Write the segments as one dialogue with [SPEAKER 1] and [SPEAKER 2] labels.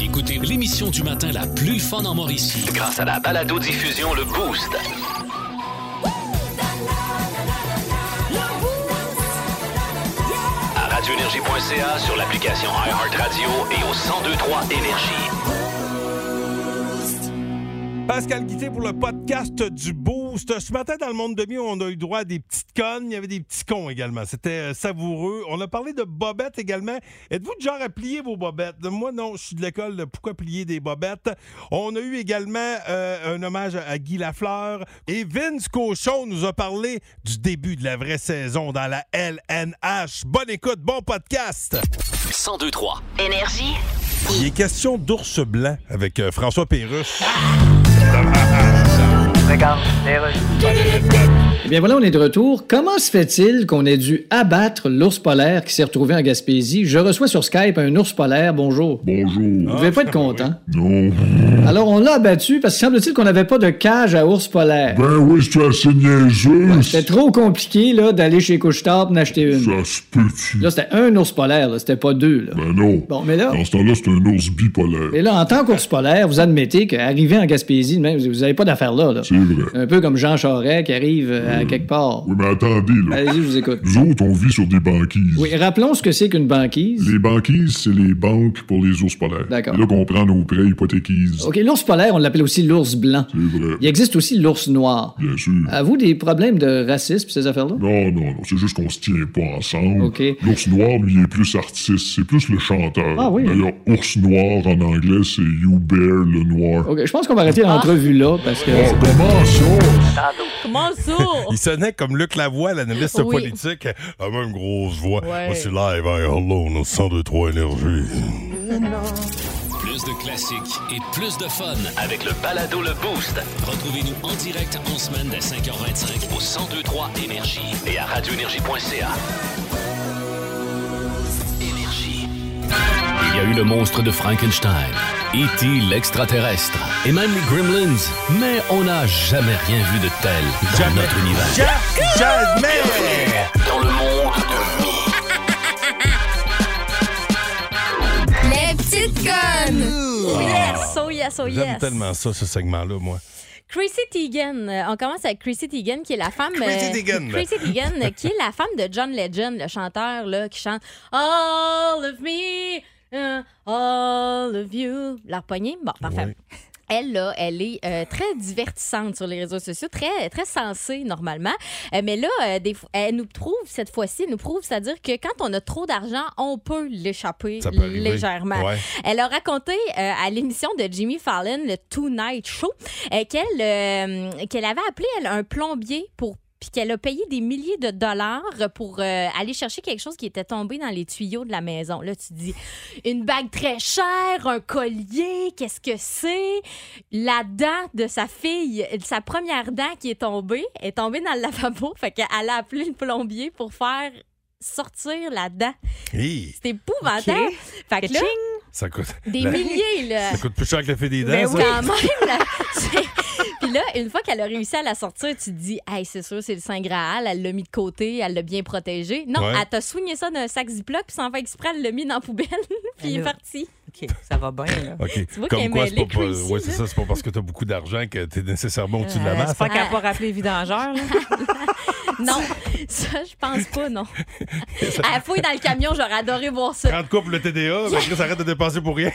[SPEAKER 1] Écoutez l'émission du matin la plus fun en Mauricie.
[SPEAKER 2] Grâce à la balado diffusion le boost. À radioénergie.ca sur l'application iHeartRadio et au 1023 énergie.
[SPEAKER 3] Pascal Guité pour le podcast du Boost. Ce matin, dans le monde de mieux, on a eu droit à des petites connes. Il y avait des petits cons également. C'était euh, savoureux. On a parlé de bobettes également. Êtes-vous du genre à plier vos bobettes? Moi, non, je suis de l'école. de Pourquoi plier des bobettes? On a eu également euh, un hommage à Guy Lafleur. Et Vince Cochon nous a parlé du début de la vraie saison dans la LNH. Bonne écoute, bon podcast!
[SPEAKER 2] 1023
[SPEAKER 4] Énergie.
[SPEAKER 3] Il est question d'ours blanc avec euh, François Pérusse.
[SPEAKER 5] Eh bien voilà, on est de retour. Comment se fait-il qu'on ait dû abattre l'ours polaire qui s'est retrouvé en Gaspésie? Je reçois sur Skype un ours polaire, bonjour.
[SPEAKER 6] Bonjour.
[SPEAKER 5] Vous devez pas être content.
[SPEAKER 6] Non.
[SPEAKER 5] Alors on l'a abattu parce que semble-t-il qu'on n'avait pas de cage à ours polaire.
[SPEAKER 6] Ben oui, je suis assez niaiseux.
[SPEAKER 5] C'était trop compliqué là d'aller chez Couchetard pour en acheter une.
[SPEAKER 6] Ça se peut-tu?
[SPEAKER 5] Là, c'était un ours polaire, là, c'était pas deux. Là.
[SPEAKER 6] Ben non.
[SPEAKER 5] Bon, mais là,
[SPEAKER 6] Dans ce temps-là, c'est un ours bipolaire.
[SPEAKER 5] et là, en tant qu'ours polaire, vous admettez qu'arriver en Gaspésie, même, vous n'avez pas d'affaires là. là.
[SPEAKER 6] C'est vrai.
[SPEAKER 5] Un peu comme Jean Charest qui arrive euh, à quelque part.
[SPEAKER 6] Oui, mais attendez, là.
[SPEAKER 5] Allez-y, je vous écoute.
[SPEAKER 6] Nous autres, on vit sur des banquises.
[SPEAKER 5] Ben, Oui, rappelons ce que c'est qu'une banquise.
[SPEAKER 6] Les banquises, c'est les banques pour les ours polaires.
[SPEAKER 5] D'accord.
[SPEAKER 6] C'est là qu'on prend nos prêts hypothéquises.
[SPEAKER 5] OK, l'ours polaire, on l'appelle aussi l'ours blanc.
[SPEAKER 6] C'est vrai.
[SPEAKER 5] Il existe aussi l'ours noir.
[SPEAKER 6] Bien sûr.
[SPEAKER 5] Avez-vous des problèmes de racisme, ces affaires-là?
[SPEAKER 6] Non, non, non. C'est juste qu'on se tient pas ensemble.
[SPEAKER 5] OK.
[SPEAKER 6] L'ours noir, lui, il est plus artiste. C'est plus le chanteur.
[SPEAKER 5] Ah oui.
[SPEAKER 6] D'ailleurs, ours noir en anglais, c'est You Bear le noir.
[SPEAKER 5] OK, je pense qu'on va arrêter l'entrevue là, parce que...
[SPEAKER 6] Oh, comment ça?
[SPEAKER 7] Comment ça?
[SPEAKER 3] Il sonnait comme Luc Lavoie, l'analyste
[SPEAKER 7] Oui.
[SPEAKER 3] politique. La même grosse voix.
[SPEAKER 7] Ouais.
[SPEAKER 3] Moi, c'est live, hein, hello, on a 102.3 énergie.
[SPEAKER 1] Plus de classiques et plus de fun.
[SPEAKER 2] Avec le balado le boost
[SPEAKER 1] Retrouvez-nous en direct en semaine dès 5h25
[SPEAKER 2] au 1023 énergie et à radioénergie.ca. Énergie.
[SPEAKER 1] Il y a eu le monstre de Frankenstein, E.T. E l'extraterrestre et même les Gremlins, mais on n'a jamais rien vu de tel dans notre univers.
[SPEAKER 3] Ja- Jamais!
[SPEAKER 2] Dans le monde de Mi.
[SPEAKER 8] Les petites connes!
[SPEAKER 7] Oh yes, oh yes, oh
[SPEAKER 3] J'aime
[SPEAKER 7] yes.
[SPEAKER 3] tellement ça, ce segment-là, moi.
[SPEAKER 7] Chrissy Teigen. Euh, On commence avec Chrissy Teigen, qui est la femme.
[SPEAKER 3] Chrissy
[SPEAKER 7] euh,
[SPEAKER 3] Teigen.
[SPEAKER 7] Chrissy Teigen, euh, qui est la femme de John Legend, le chanteur là, qui chante All of me, uh, all of you. Leur poignée? Bon, parfait.
[SPEAKER 3] Ouais.
[SPEAKER 7] Elle, là, elle est euh, très divertissante sur les réseaux sociaux, très, très sensée normalement. Euh, mais là, euh, des fois- elle nous prouve cette fois-ci, elle nous prouve, c'est-à-dire que quand on a trop d'argent, on peut l'échapper
[SPEAKER 3] Ça peut arriver.
[SPEAKER 7] légèrement.
[SPEAKER 3] Ouais.
[SPEAKER 7] Elle a raconté euh, à l'émission de Jimmy Fallon, le Tonight Show, euh, qu'elle euh, qu'elle avait appelé elle, un plombier pour puis qu'elle a payé des milliers de dollars pour euh, aller chercher quelque chose qui était tombé dans les tuyaux de la maison. Là, tu te dis, une bague très chère, un collier, qu'est-ce que c'est? La dent de sa fille, sa première dent qui est tombée, est tombée dans le lavabo. Fait qu'elle a appelé le plombier pour faire sortir la dent.
[SPEAKER 3] Hi,
[SPEAKER 7] C'est épouvantable. Fait que là,
[SPEAKER 3] ça coûte.
[SPEAKER 7] des
[SPEAKER 3] la-
[SPEAKER 7] milliers, là.
[SPEAKER 3] Ça coûte plus cher que la fée des dents,
[SPEAKER 7] Euh. Mais
[SPEAKER 3] ça.
[SPEAKER 7] quand même, là, c'est- Puis là, une fois qu'elle a réussi à la sortir, tu te dis, hey, c'est sûr, c'est le Saint Graal, elle l'a mis de côté, elle l'a bien protégé. Non,
[SPEAKER 3] Ouais.
[SPEAKER 7] elle t'a soigné ça d'un sac Ziploc, puis sans faire exprès, elle l'a mis dans la poubelle, puis il est
[SPEAKER 9] Alors.
[SPEAKER 7] parti.
[SPEAKER 9] OK, ça va bien, là.
[SPEAKER 3] OK.
[SPEAKER 7] vois
[SPEAKER 3] Comme
[SPEAKER 7] qu'elle
[SPEAKER 3] quoi,
[SPEAKER 7] est
[SPEAKER 3] c'est pas,
[SPEAKER 7] mêlée, Chrissy,
[SPEAKER 3] ouais, c'est
[SPEAKER 7] là.
[SPEAKER 3] ça, c'est pas parce que t'as beaucoup d'argent que t'es nécessairement au-dessus de la
[SPEAKER 9] Euh,
[SPEAKER 3] masse.
[SPEAKER 9] J'espère qu'elle n'a pas rappelé Vidangeur, là.
[SPEAKER 7] Non, ça, je pense pas, non. Elle fouille dans le camion, j'aurais adoré voir ça.
[SPEAKER 3] 30 coups pour le TDA, ben, Chris, arrête de dépenser pour rien.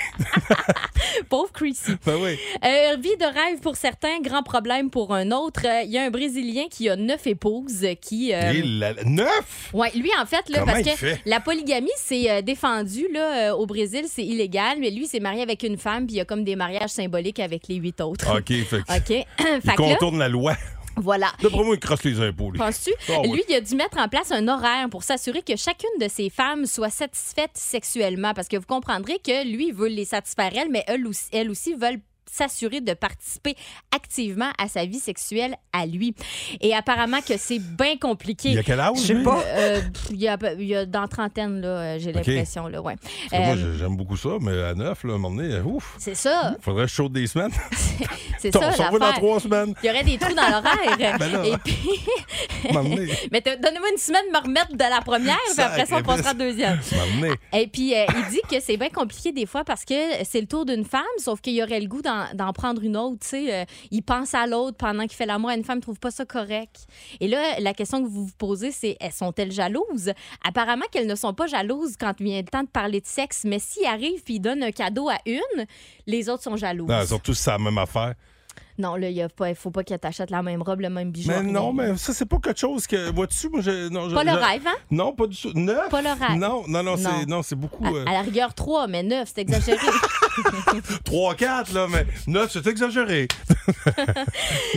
[SPEAKER 7] Pauvre Chrissy.
[SPEAKER 3] Ben oui.
[SPEAKER 7] Euh, vie de rêve pour certains, grand problème pour un autre. Euh, Il y a un Brésilien qui a neuf épouses euh, qui. euh,
[SPEAKER 3] Il a- Neuf!
[SPEAKER 7] Oui, lui, en fait, là,
[SPEAKER 3] Comment
[SPEAKER 7] parce
[SPEAKER 3] il
[SPEAKER 7] que
[SPEAKER 3] fait?
[SPEAKER 7] la polygamie, c'est euh, défendu là, euh, au Brésil, c'est illégal, mais lui, il s'est marié avec une femme, puis il y a comme des mariages symboliques avec les huit autres.
[SPEAKER 3] OK, fait que-
[SPEAKER 7] OK. fait
[SPEAKER 3] Il
[SPEAKER 7] que là,
[SPEAKER 3] contourne la loi.
[SPEAKER 7] voilà.
[SPEAKER 3] D'après moi, il crosse les impôts, lui.
[SPEAKER 7] Penses-tu?
[SPEAKER 3] Ah oui.
[SPEAKER 7] Lui, il a dû mettre en place un horaire pour s'assurer que chacune de ses femmes soit satisfaite sexuellement. Parce que vous comprendrez que lui veut les satisfaire, elles, mais elles aussi, elles aussi veulent s'assurer de participer activement à sa vie sexuelle à lui. Et apparemment que c'est bien compliqué.
[SPEAKER 3] Il a quel âge?
[SPEAKER 9] Je sais
[SPEAKER 3] lui?
[SPEAKER 9] pas.
[SPEAKER 7] Euh, pff, il, y a, il y a dans trentaine, là, euh, j'ai l'impression. Là, ouais.
[SPEAKER 3] Parce que Moi,
[SPEAKER 7] Euh,
[SPEAKER 3] je- j'aime beaucoup ça, mais à neuf, là, à un moment donné, ouf.
[SPEAKER 7] c'est ça.
[SPEAKER 3] Faudrait que je chaude des semaines.
[SPEAKER 7] C'est
[SPEAKER 3] On
[SPEAKER 7] ça,
[SPEAKER 3] se revoit dans
[SPEAKER 7] l'affaire.
[SPEAKER 3] trois semaines.
[SPEAKER 7] Il y aurait des trous dans l'horaire.
[SPEAKER 3] Ben là.
[SPEAKER 7] Et puis,
[SPEAKER 3] M'emmener.
[SPEAKER 7] mais t'as- donnez-moi une semaine de me remettre de la première, puis après ça, on passera à la deuxième.
[SPEAKER 3] M'emmener.
[SPEAKER 7] Et puis, euh, il dit que c'est bien compliqué des fois parce que c'est le tour d'une femme, sauf qu'il y aurait le goût d'en d'en prendre une autre. tu sais. Euh, il pense à l'autre pendant qu'il fait l'amour à une femme, il trouve pas ça correct. Et là, la question que vous vous posez, c'est elles sont-elles jalouses? Apparemment qu'elles ne sont pas jalouses quand vient le temps de parler de sexe, mais s'il arrive puis il donne un cadeau à une, les autres sont jalouses.
[SPEAKER 3] Non, surtout si c'est la même affaire.
[SPEAKER 7] Non, là, il y a pas- faut pas qu'elles t'achètent la même robe, le même bijou.
[SPEAKER 3] Mais
[SPEAKER 7] rien.
[SPEAKER 3] non, mais ça, c'est pas quelque chose que. Vois-tu, moi, je. Non, je-
[SPEAKER 7] Pas le
[SPEAKER 3] je-
[SPEAKER 7] rêve, hein?
[SPEAKER 3] Non, pas du tout. Neuf?
[SPEAKER 7] Pas le rêve.
[SPEAKER 3] Non, non, non, c'est,
[SPEAKER 7] Non.
[SPEAKER 3] non, c'est beaucoup.
[SPEAKER 7] À,
[SPEAKER 3] euh,
[SPEAKER 7] à la rigueur, 3, mais 9, c'est exagéré.
[SPEAKER 3] 3-4, là, mais 9, c'est exagéré.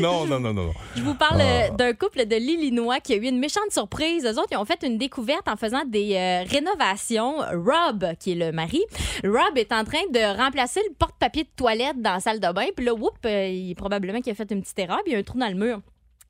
[SPEAKER 3] non, non, non, non. non.
[SPEAKER 7] Je vous parle
[SPEAKER 3] Ah.
[SPEAKER 7] euh, d'un couple de l'Illinois qui a eu une méchante surprise. Eux autres, ils ont fait une découverte en faisant des euh, rénovations. Rob, qui est le mari, Rob est en train de remplacer le porte-papier de toilette dans la salle de bain. Puis là, whoop, euh, il, probablement qu'il a fait une petite erreur, puis il y a un trou dans le mur.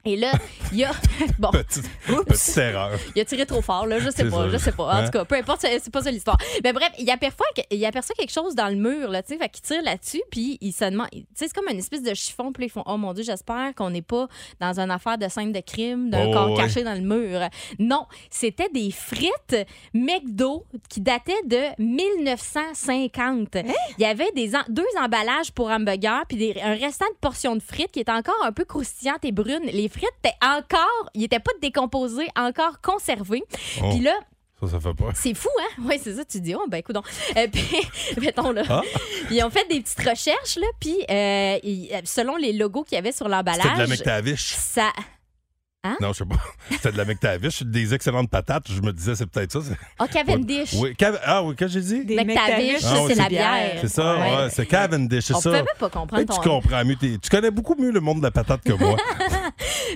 [SPEAKER 7] Et là, il y a. Bon.
[SPEAKER 3] Petite,
[SPEAKER 7] oups.
[SPEAKER 3] petite erreur.
[SPEAKER 7] Il a tiré trop fort, là. Je sais
[SPEAKER 3] C'est
[SPEAKER 7] pas,
[SPEAKER 3] ça.
[SPEAKER 7] je sais pas. En
[SPEAKER 3] Hein?
[SPEAKER 7] tout cas, peu importe, c'est c'est pas ça l'histoire. Mais bref, il aperçoit, que- il aperçoit quelque chose dans le mur, là, tu sais. Fait qu'il tire là-dessus, puis il se demande. Tu sais, c'est comme une espèce de chiffon, puis là, ils font Oh mon Dieu, j'espère qu'on n'est pas dans une affaire de scène de crime, d'un
[SPEAKER 3] Oh,
[SPEAKER 7] corps
[SPEAKER 3] ouais.
[SPEAKER 7] caché dans le mur. Non, c'était des frites McDo qui dataient de 1950. Il y avait des en- deux emballages pour hamburger, puis des- un restant de portion de frites qui était encore un peu croustillante et brune. Les frites étaient encore, ils n'étaient pas décomposés, encore conservés.
[SPEAKER 3] Oh.
[SPEAKER 7] Puis là,
[SPEAKER 3] Ça, ça fait peur.
[SPEAKER 7] c'est fou, hein? Oui, c'est ça, tu dis, oh, ben, coudon. Euh, puis, mettons, là,
[SPEAKER 3] Ah.
[SPEAKER 7] ils ont fait des petites recherches, là, puis euh, ils- selon les logos qu'il y avait sur
[SPEAKER 3] C'était de la
[SPEAKER 7] l'emballage,
[SPEAKER 3] McTavish.
[SPEAKER 7] ça.
[SPEAKER 3] Non, je sais pas. C'était de la McTavish. Des excellentes patates. Je me disais, c'est peut-être ça. c'est-
[SPEAKER 7] Oh, Cavendish.
[SPEAKER 3] Oui. Cav- Ah oui, qu'est-ce que j'ai dit?
[SPEAKER 9] Des McTavish,
[SPEAKER 7] McTavish,
[SPEAKER 3] Ah,
[SPEAKER 7] ça,
[SPEAKER 3] ouais,
[SPEAKER 7] c'est la
[SPEAKER 3] c'est-
[SPEAKER 7] bière.
[SPEAKER 3] C'est ça, ouais.
[SPEAKER 7] Ouais.
[SPEAKER 3] c'est Cavendish, c'est
[SPEAKER 7] On peut
[SPEAKER 3] ça.
[SPEAKER 7] même pas
[SPEAKER 3] Hey,
[SPEAKER 7] comprendre
[SPEAKER 3] tu
[SPEAKER 7] ton-
[SPEAKER 3] comprends mieux. t'es- Tu connais beaucoup mieux le monde de la patate que moi.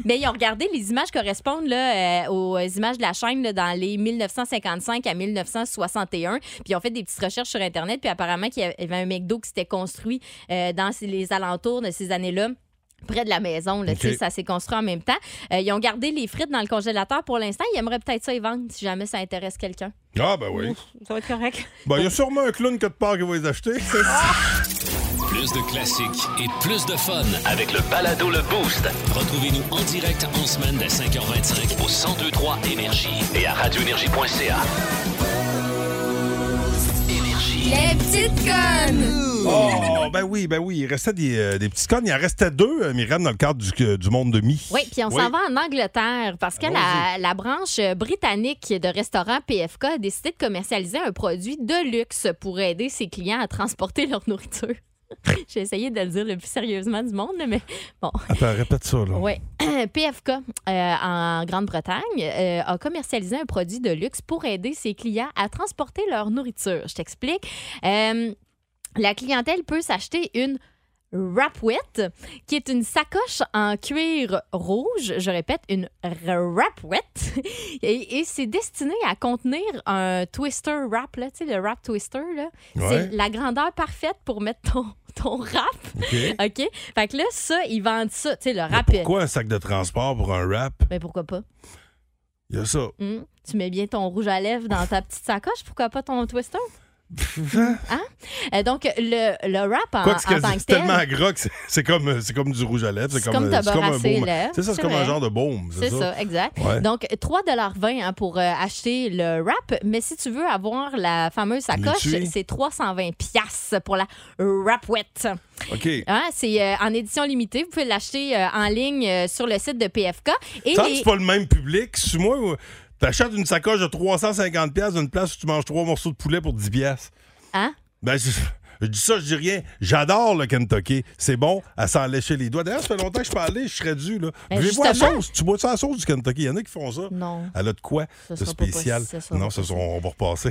[SPEAKER 7] Mais ils ont regardé les images correspondent là, euh, aux images de la chaîne là, dans les 1955 à 1961. Puis ils ont fait des petites recherches sur Internet. Puis apparemment, qu'il y avait un McDo qui s'était construit euh, dans ces- les alentours de ces années-là. Près de la maison, là,
[SPEAKER 3] OK.
[SPEAKER 7] tu sais, ça s'est construit en même temps. Euh, ils ont gardé les frites dans le congélateur pour l'instant. Ils aimeraient peut-être ça les vendre si jamais ça intéresse quelqu'un.
[SPEAKER 3] ah, ben oui.
[SPEAKER 9] Ça va être correct.
[SPEAKER 3] Ben, il y a sûrement un clown quelque part qui va les acheter.
[SPEAKER 1] Plus de classiques et plus de fun.
[SPEAKER 2] Avec le balado Le Boost
[SPEAKER 1] Retrouvez-nous en direct en semaine dès 5h25
[SPEAKER 2] au 1023 Énergie et à radioénergie.ca.
[SPEAKER 8] Les petites connes.
[SPEAKER 3] Oh, ben oui, ben oui. Il restait des, euh, des petits connes. Il en restait deux, euh, Myriam, dans le cadre du, euh, du monde de mi.
[SPEAKER 7] Oui, puis on s'en va en Angleterre parce que la, la branche euh, britannique de restaurants PFK a décidé de commercialiser un produit de luxe pour aider ses clients à transporter leur nourriture. J'ai essayé de le dire le plus sérieusement du monde, mais bon.
[SPEAKER 3] Attends, répète ça, là.
[SPEAKER 7] Oui. PFK, euh, en Grande-Bretagne, euh, a commercialisé un produit de luxe pour aider ses clients à transporter leur nourriture. Je t'explique. Euh, la clientèle peut s'acheter une wrapouette, qui est une sacoche en cuir rouge. Je répète, une wrapouette. Et, et c'est destiné à contenir un twister wrap, là, tu sais, le wrap twister. là.
[SPEAKER 3] Ouais.
[SPEAKER 7] C'est la grandeur parfaite pour mettre ton, ton wrap.
[SPEAKER 3] OK.
[SPEAKER 7] OK? Fait que là, ça, ils vendent ça. Tu sais, le
[SPEAKER 3] Mais
[SPEAKER 7] rap. euh,
[SPEAKER 3] Pourquoi un sac de transport pour un rap?
[SPEAKER 7] Ben pourquoi pas?
[SPEAKER 3] Il y a ça.
[SPEAKER 7] Hum, Tu mets bien ton rouge à lèvres dans ta petite sacoche, pourquoi pas ton twister? Euh, donc, le, le rap en,
[SPEAKER 3] Quoi que ce
[SPEAKER 7] en
[SPEAKER 3] que
[SPEAKER 7] tant
[SPEAKER 3] c'est
[SPEAKER 7] que tel.
[SPEAKER 3] tellement gras que c'est- c'est comme, euh, c'est comme du rouge à lèvres. C'est
[SPEAKER 7] C'est
[SPEAKER 3] comme,
[SPEAKER 7] comme
[SPEAKER 3] euh,
[SPEAKER 7] te
[SPEAKER 3] c'est comme un
[SPEAKER 7] brasser les
[SPEAKER 3] baume.
[SPEAKER 7] lèvres,
[SPEAKER 3] C'est ça, c'est
[SPEAKER 7] c'est
[SPEAKER 3] comme un
[SPEAKER 7] vrai.
[SPEAKER 3] genre de baume.
[SPEAKER 7] C'est ça, exact.
[SPEAKER 3] Ouais.
[SPEAKER 7] Donc, 3,20 hein, pour euh, acheter le rap, mais si tu veux avoir la fameuse sacoche,
[SPEAKER 3] L'étui.
[SPEAKER 7] c'est 320 piastres pour la rapouette.
[SPEAKER 3] OK.
[SPEAKER 7] Hein, c'est euh, en édition limitée, vous pouvez l'acheter euh, en ligne euh, sur le site de PFK. Et
[SPEAKER 3] Tant que
[SPEAKER 7] les-
[SPEAKER 3] c'est pas le même public, si moi, euh, t'achètes une sacoche de 350 pièces d'une place où tu manges trois morceaux de poulet pour 10 pièces.
[SPEAKER 7] Hein?
[SPEAKER 3] Ben, je, je dis ça, je dis rien. J'adore le Kentucky. C'est bon à s'en lécher les doigts. D'ailleurs, ça fait longtemps que je suis pas allé, je serais dû, là.
[SPEAKER 7] Ben,
[SPEAKER 3] Buvez-vous la
[SPEAKER 7] justement.
[SPEAKER 3] sauce. Tu bois ça la sauce du Kentucky. Il y en a qui font ça.
[SPEAKER 7] Non.
[SPEAKER 3] Elle a de quoi
[SPEAKER 7] Ce
[SPEAKER 3] de
[SPEAKER 7] sera pas
[SPEAKER 3] spécial?
[SPEAKER 7] possible, ce sera
[SPEAKER 3] Non,
[SPEAKER 7] pas
[SPEAKER 3] ce
[SPEAKER 7] possible.
[SPEAKER 3] soir, on va repasser.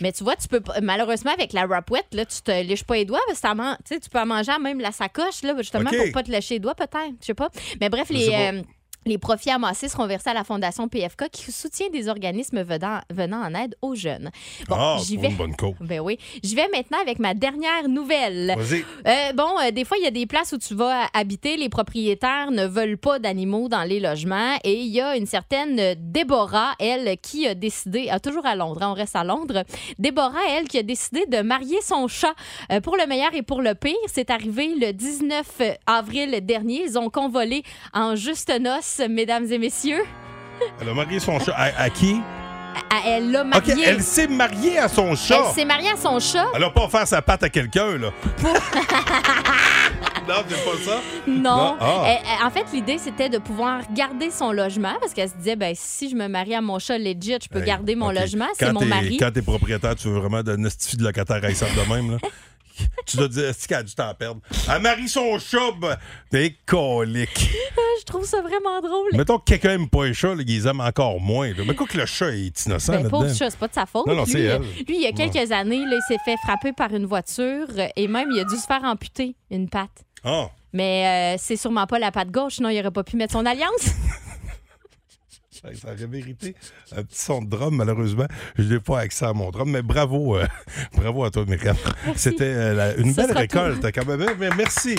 [SPEAKER 7] Mais tu vois, tu peux pas- malheureusement avec la rapouette, là, tu te lèches pas les doigts parce que t'en man- tu sais, tu peux en manger à même la sacoche là, justement
[SPEAKER 3] OK.
[SPEAKER 7] pour pas te lécher les doigts peut-être, je sais pas. Mais bref,
[SPEAKER 3] Je
[SPEAKER 7] les
[SPEAKER 3] sais pas.
[SPEAKER 7] euh, Les profits amassés seront versés à la Fondation PFK qui soutient des organismes venant, venant en aide aux jeunes. Bon,
[SPEAKER 3] ah,
[SPEAKER 7] j'y
[SPEAKER 3] c'est
[SPEAKER 7] vais.
[SPEAKER 3] une bonne côte.
[SPEAKER 7] Ben oui. J'y vais maintenant avec ma dernière nouvelle.
[SPEAKER 3] Vas-y.
[SPEAKER 7] Euh, bon, euh, des fois, il y a des places où tu vas habiter. Les propriétaires ne veulent pas d'animaux dans les logements. Et il y a une certaine euh, Déborah, elle, qui a décidé, ah, toujours à Londres, hein, on reste à Londres. Déborah, elle, qui a décidé de marier son chat euh, pour le meilleur et pour le pire. C'est arrivé le 19 avril dernier. Ils ont convolé en juste noces, mesdames et messieurs.
[SPEAKER 3] Elle a marié son chat. À, à qui?
[SPEAKER 7] À- Elle l'a
[SPEAKER 3] OK,
[SPEAKER 7] marié.
[SPEAKER 3] elle s'est mariée à son
[SPEAKER 7] Elle
[SPEAKER 3] chat.
[SPEAKER 7] s'est mariée à son chat.
[SPEAKER 3] Elle a pas offert sa patte à quelqu'un, là. non, c'est pas ça. Non,
[SPEAKER 7] Non.
[SPEAKER 3] ah.
[SPEAKER 7] Elle- elle- en fait, l'idée, c'était de pouvoir garder son logement parce qu'elle se disait, ben, si je me marie à mon chat legit, je peux
[SPEAKER 3] Hey,
[SPEAKER 7] garder mon
[SPEAKER 3] OK.
[SPEAKER 7] logement.
[SPEAKER 3] Quand
[SPEAKER 7] C'est mon
[SPEAKER 3] t'es-
[SPEAKER 7] mari.
[SPEAKER 3] Quand t'es propriétaire, tu veux vraiment d'un estifi de locataire haïssable de même, là. tu dois te dire, est-ce qu'elle a du temps à perdre? Elle marie son chat, ben, t'es colique.
[SPEAKER 7] Je trouve ça vraiment drôle.
[SPEAKER 3] Mettons que quelqu'un aime pas les chats, là, ils les aiment encore moins. là. Mais quoi que le chat est innocent
[SPEAKER 7] Ben, pauvre
[SPEAKER 3] là-dedans.
[SPEAKER 7] chat, c'est pas de sa faute.
[SPEAKER 3] Non, non, c'est
[SPEAKER 7] lui, euh,
[SPEAKER 3] elle.
[SPEAKER 7] lui, il y a quelques années, là, il s'est fait frapper par une voiture euh, et même il a dû se faire amputer une patte.
[SPEAKER 3] Ah,
[SPEAKER 7] Mais euh, c'est sûrement pas la patte gauche, sinon il aurait pas pu mettre son alliance.
[SPEAKER 3] ben, ça aurait mérité un petit son de drum, malheureusement. Je n'ai pas accès à mon drum, mais bravo, euh, bravo à toi, Myriam. C'était euh, la- une
[SPEAKER 7] Ce
[SPEAKER 3] belle
[SPEAKER 7] sera
[SPEAKER 3] récolte, quand même. Mais merci.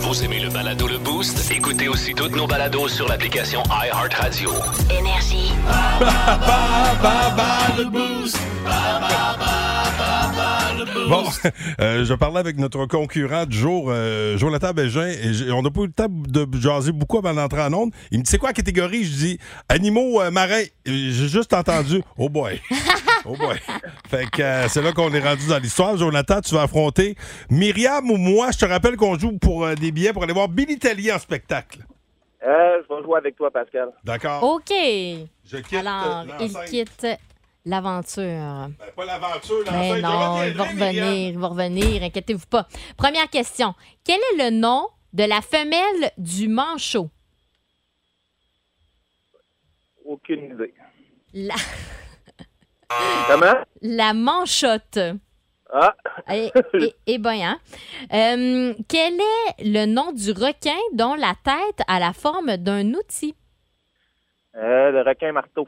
[SPEAKER 2] Vous aimez le balado Le Boost? Écoutez aussi toutes nos balados sur l'application iHeartRadio.
[SPEAKER 4] Euh,
[SPEAKER 8] Énergie.
[SPEAKER 3] Bon, euh, je parlais avec notre concurrent du jour, euh, Jonathan Bégin, et j'ai- on n'a pas eu le temps de jaser beaucoup avant d'entrer en onde. Il me dit, c'est quoi la catégorie? Je dis, animaux euh, marins. Et J'ai juste entendu, oh boy, oh boy. Fait que euh, c'est là qu'on est rendu dans l'histoire. Jonathan, tu vas affronter Myriam ou moi. Je te rappelle qu'on joue pour euh, des billets pour aller voir Bill Italy en spectacle.
[SPEAKER 4] Euh, je vais jouer avec toi, Pascal.
[SPEAKER 3] D'accord?
[SPEAKER 7] OK.
[SPEAKER 3] Je quitte
[SPEAKER 7] Oh! Alors,
[SPEAKER 3] euh,
[SPEAKER 7] il
[SPEAKER 3] l'enceinte.
[SPEAKER 7] quitte l'aventure.
[SPEAKER 3] Ben, pas l'aventure, l'enceinte.
[SPEAKER 7] Mais
[SPEAKER 3] Je
[SPEAKER 7] non, il va
[SPEAKER 3] reviendrai, Myriam.
[SPEAKER 7] revenir, il va revenir, inquiétez-vous pas. Première question. Quel est le nom de la femelle du manchot?
[SPEAKER 4] Aucune idée.
[SPEAKER 7] La,
[SPEAKER 4] Comment?
[SPEAKER 7] la manchotte.
[SPEAKER 4] Ah,
[SPEAKER 7] Eh eh- eh ben, hein. Euh, quel est le nom du requin dont la tête a la forme d'un outil?
[SPEAKER 4] euh, le requin marteau.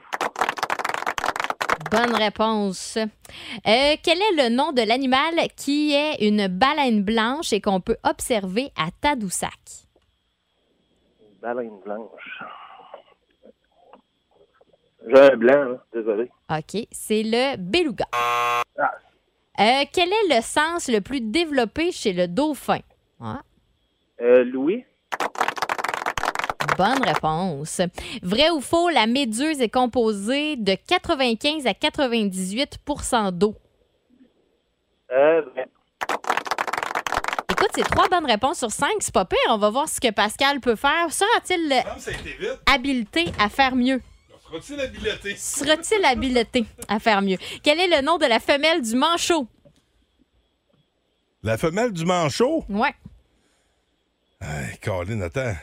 [SPEAKER 7] Bonne réponse. Euh, quel est le nom de l'animal qui est une baleine blanche et qu'on peut observer à Tadoussac?
[SPEAKER 4] Une Baleine blanche. J'ai un blanc, là. désolé.
[SPEAKER 7] OK, c'est le beluga.
[SPEAKER 4] Ah.
[SPEAKER 7] Euh, quel est le sens le plus développé chez le dauphin? Ah,
[SPEAKER 4] Euh, Louis?
[SPEAKER 7] bonne réponse. Vrai ou faux, la méduse est composée de 95 à 98 d'eau.
[SPEAKER 4] Euh, vrai.
[SPEAKER 7] Écoute, c'est trois bonnes réponses sur cinq, c'est pas pire. On va voir ce que Pascal peut faire. Sera-t-il
[SPEAKER 3] Madame, ça a été vite.
[SPEAKER 7] habilité à faire mieux?
[SPEAKER 3] Fera-t-il habilité?
[SPEAKER 7] Sera-t-il habilité à faire mieux? Quel est le nom de la femelle du manchot?
[SPEAKER 3] La femelle du manchot?
[SPEAKER 7] Ouais.
[SPEAKER 3] Hey, Colin, attends.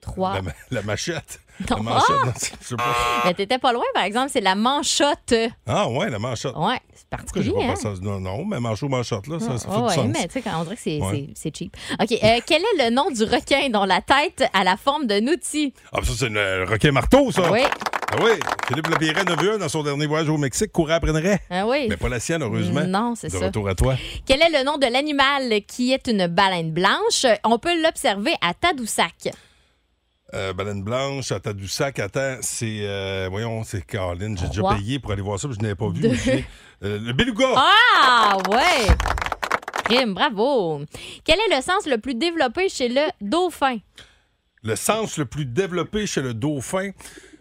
[SPEAKER 7] Trois.
[SPEAKER 3] La, ma- la machette.
[SPEAKER 7] Non.
[SPEAKER 3] La
[SPEAKER 7] Ah!
[SPEAKER 3] manchette. non, c'est- je sais pas.
[SPEAKER 7] Mais t'étais pas loin, par exemple, c'est la manchotte.
[SPEAKER 3] Ah, ouais, la manchette.
[SPEAKER 7] Ouais, c'est
[SPEAKER 3] Pourquoi j'ai
[SPEAKER 7] particulier,
[SPEAKER 3] pas
[SPEAKER 7] hein?
[SPEAKER 3] pensé à ça? Non, non, mais manchot, manchette, là, ça, ça fait
[SPEAKER 7] Ah,
[SPEAKER 3] du
[SPEAKER 7] ouais,
[SPEAKER 3] sens.
[SPEAKER 7] mais tu sais, quand on dirait que c'est
[SPEAKER 3] Ouais.
[SPEAKER 7] c'est- c'est cheap. OK. euh, quel est le nom du requin dont la tête a la forme d'un outil?
[SPEAKER 3] Ah, ça, c'est le requin marteau, ça.
[SPEAKER 7] Oui,
[SPEAKER 3] Ah oui. Philippe Lapierre en a vu un dans son dernier voyage au Mexique, courait après une raie.
[SPEAKER 7] ah oui.
[SPEAKER 3] Mais pas la sienne, heureusement.
[SPEAKER 7] Non, c'est
[SPEAKER 3] De
[SPEAKER 7] ça.
[SPEAKER 3] retour à toi.
[SPEAKER 7] Quel est le nom de l'animal qui est une baleine blanche? On peut l'observer à Tadoussac.
[SPEAKER 3] Euh, baleine blanche, à Tadoussac, attends, c'est. euh, voyons, c'est Colin. J'ai déjà
[SPEAKER 7] Trois.
[SPEAKER 3] payé pour aller voir ça, mais je n'avais pas vu.
[SPEAKER 7] Deux.
[SPEAKER 3] mais j'ai- euh, le beluga.
[SPEAKER 7] Ah, ouais! Crime, bravo! Quel est le sens le plus développé chez le dauphin?
[SPEAKER 3] Le sens le plus développé chez le dauphin,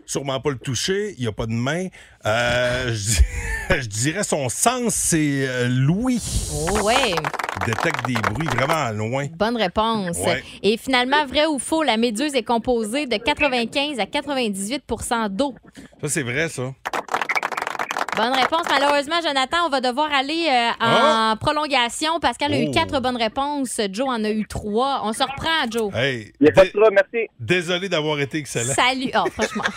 [SPEAKER 3] sûrement pas le toucher, il n'y a pas de main. Euh, je, di- je dirais son sens, c'est euh, l'ouïe.
[SPEAKER 7] Oh, ouais!
[SPEAKER 3] Il détecte des bruits vraiment loin.
[SPEAKER 7] Bonne réponse.
[SPEAKER 3] Ouais.
[SPEAKER 7] Et finalement, vrai ou faux, la méduse est composée de 95 à 98 d'eau.
[SPEAKER 3] Ça, c'est vrai, ça.
[SPEAKER 7] Bonne réponse. Malheureusement, Jonathan, on va devoir aller euh, en prolongation. Pascal a eu
[SPEAKER 3] Ah! Oh.
[SPEAKER 7] quatre bonnes réponses. Joe en a eu trois. On se reprend, Joe.
[SPEAKER 3] Hey,
[SPEAKER 4] Il n'y a pas de
[SPEAKER 3] dé-
[SPEAKER 4] trouble, merci.
[SPEAKER 3] désolé d'avoir été excellent.
[SPEAKER 7] Salut. Oh, Ah, franchement.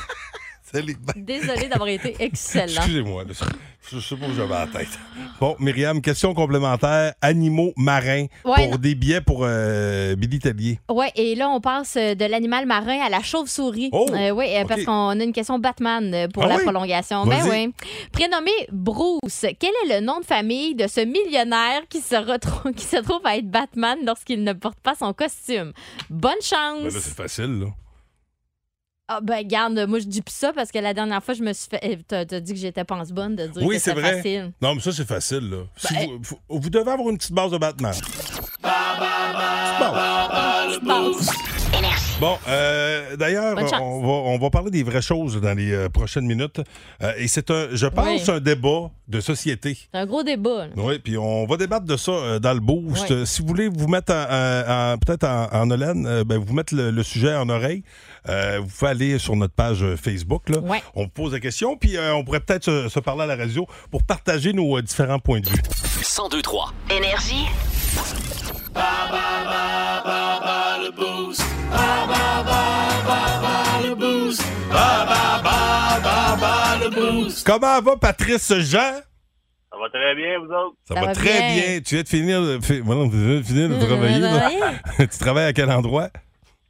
[SPEAKER 3] C'est les- ben,
[SPEAKER 7] Désolée d'avoir été excellent.
[SPEAKER 3] Excusez-moi, là, je, je sais pas où j'avais la tête. Bon, Myriam, question complémentaire. Animaux marins
[SPEAKER 7] Ouais,
[SPEAKER 3] pour
[SPEAKER 7] non.
[SPEAKER 3] des billets pour euh, Billy Tellier.
[SPEAKER 7] Ouais, et là, on passe euh, de l'animal marin à la chauve-souris.
[SPEAKER 3] Oh!
[SPEAKER 7] oui, euh,
[SPEAKER 3] OK.
[SPEAKER 7] parce qu'on a une question Batman euh, pour
[SPEAKER 3] Ah
[SPEAKER 7] la
[SPEAKER 3] oui?
[SPEAKER 7] prolongation. Ben
[SPEAKER 3] Vas-y.
[SPEAKER 7] oui. Prénommé Bruce, quel est le nom de famille de ce millionnaire qui se, retrouve, qui se trouve à être Batman lorsqu'il ne porte pas son costume? Bonne
[SPEAKER 3] Ben
[SPEAKER 7] chance!
[SPEAKER 3] là, c'est facile, là.
[SPEAKER 7] Ah ben garde, moi je dis plus ça parce que la dernière fois je me suis fait eh, t'as t'as dit que j'étais pas bonne de dire
[SPEAKER 3] Oui,
[SPEAKER 7] que
[SPEAKER 3] c'est
[SPEAKER 7] c'était
[SPEAKER 3] vrai.
[SPEAKER 7] facile.
[SPEAKER 3] Non, mais ça, c'est facile, là. Si
[SPEAKER 7] Ben,
[SPEAKER 3] vous, faut- vous devez avoir une petite base de Batman. Bon, euh, d'ailleurs,
[SPEAKER 7] Bonne chance.
[SPEAKER 3] on va, on va parler des vraies choses dans les euh, prochaines minutes. Euh, et c'est un, je pense,
[SPEAKER 7] Oui.
[SPEAKER 3] un débat de société.
[SPEAKER 7] C'est un gros débat. là.
[SPEAKER 3] Oui, puis on va débattre de ça euh, dans le boost.
[SPEAKER 7] Oui.
[SPEAKER 3] Euh, Si vous voulez vous mettre en- en- en- peut-être en, en holaine, euh, ben, vous mettre le, le sujet en oreille, euh, vous pouvez aller sur notre page euh, Facebook. Là.
[SPEAKER 7] Ouais.
[SPEAKER 3] On vous pose la question, puis euh, on pourrait peut-être se, se parler à la radio pour partager nos euh, différents points de vue.
[SPEAKER 2] 1023.
[SPEAKER 8] Énergie.
[SPEAKER 3] Comment va Patrice Jean?
[SPEAKER 4] Ça va très bien, vous autres?
[SPEAKER 3] Ça,
[SPEAKER 7] Ça
[SPEAKER 3] va,
[SPEAKER 7] va
[SPEAKER 3] très bien.
[SPEAKER 7] bien.
[SPEAKER 3] Tu viens de finir, de fi- voilà, tu viens de, finir
[SPEAKER 7] Mmh,
[SPEAKER 3] de travailler. là. tu travailles à quel endroit?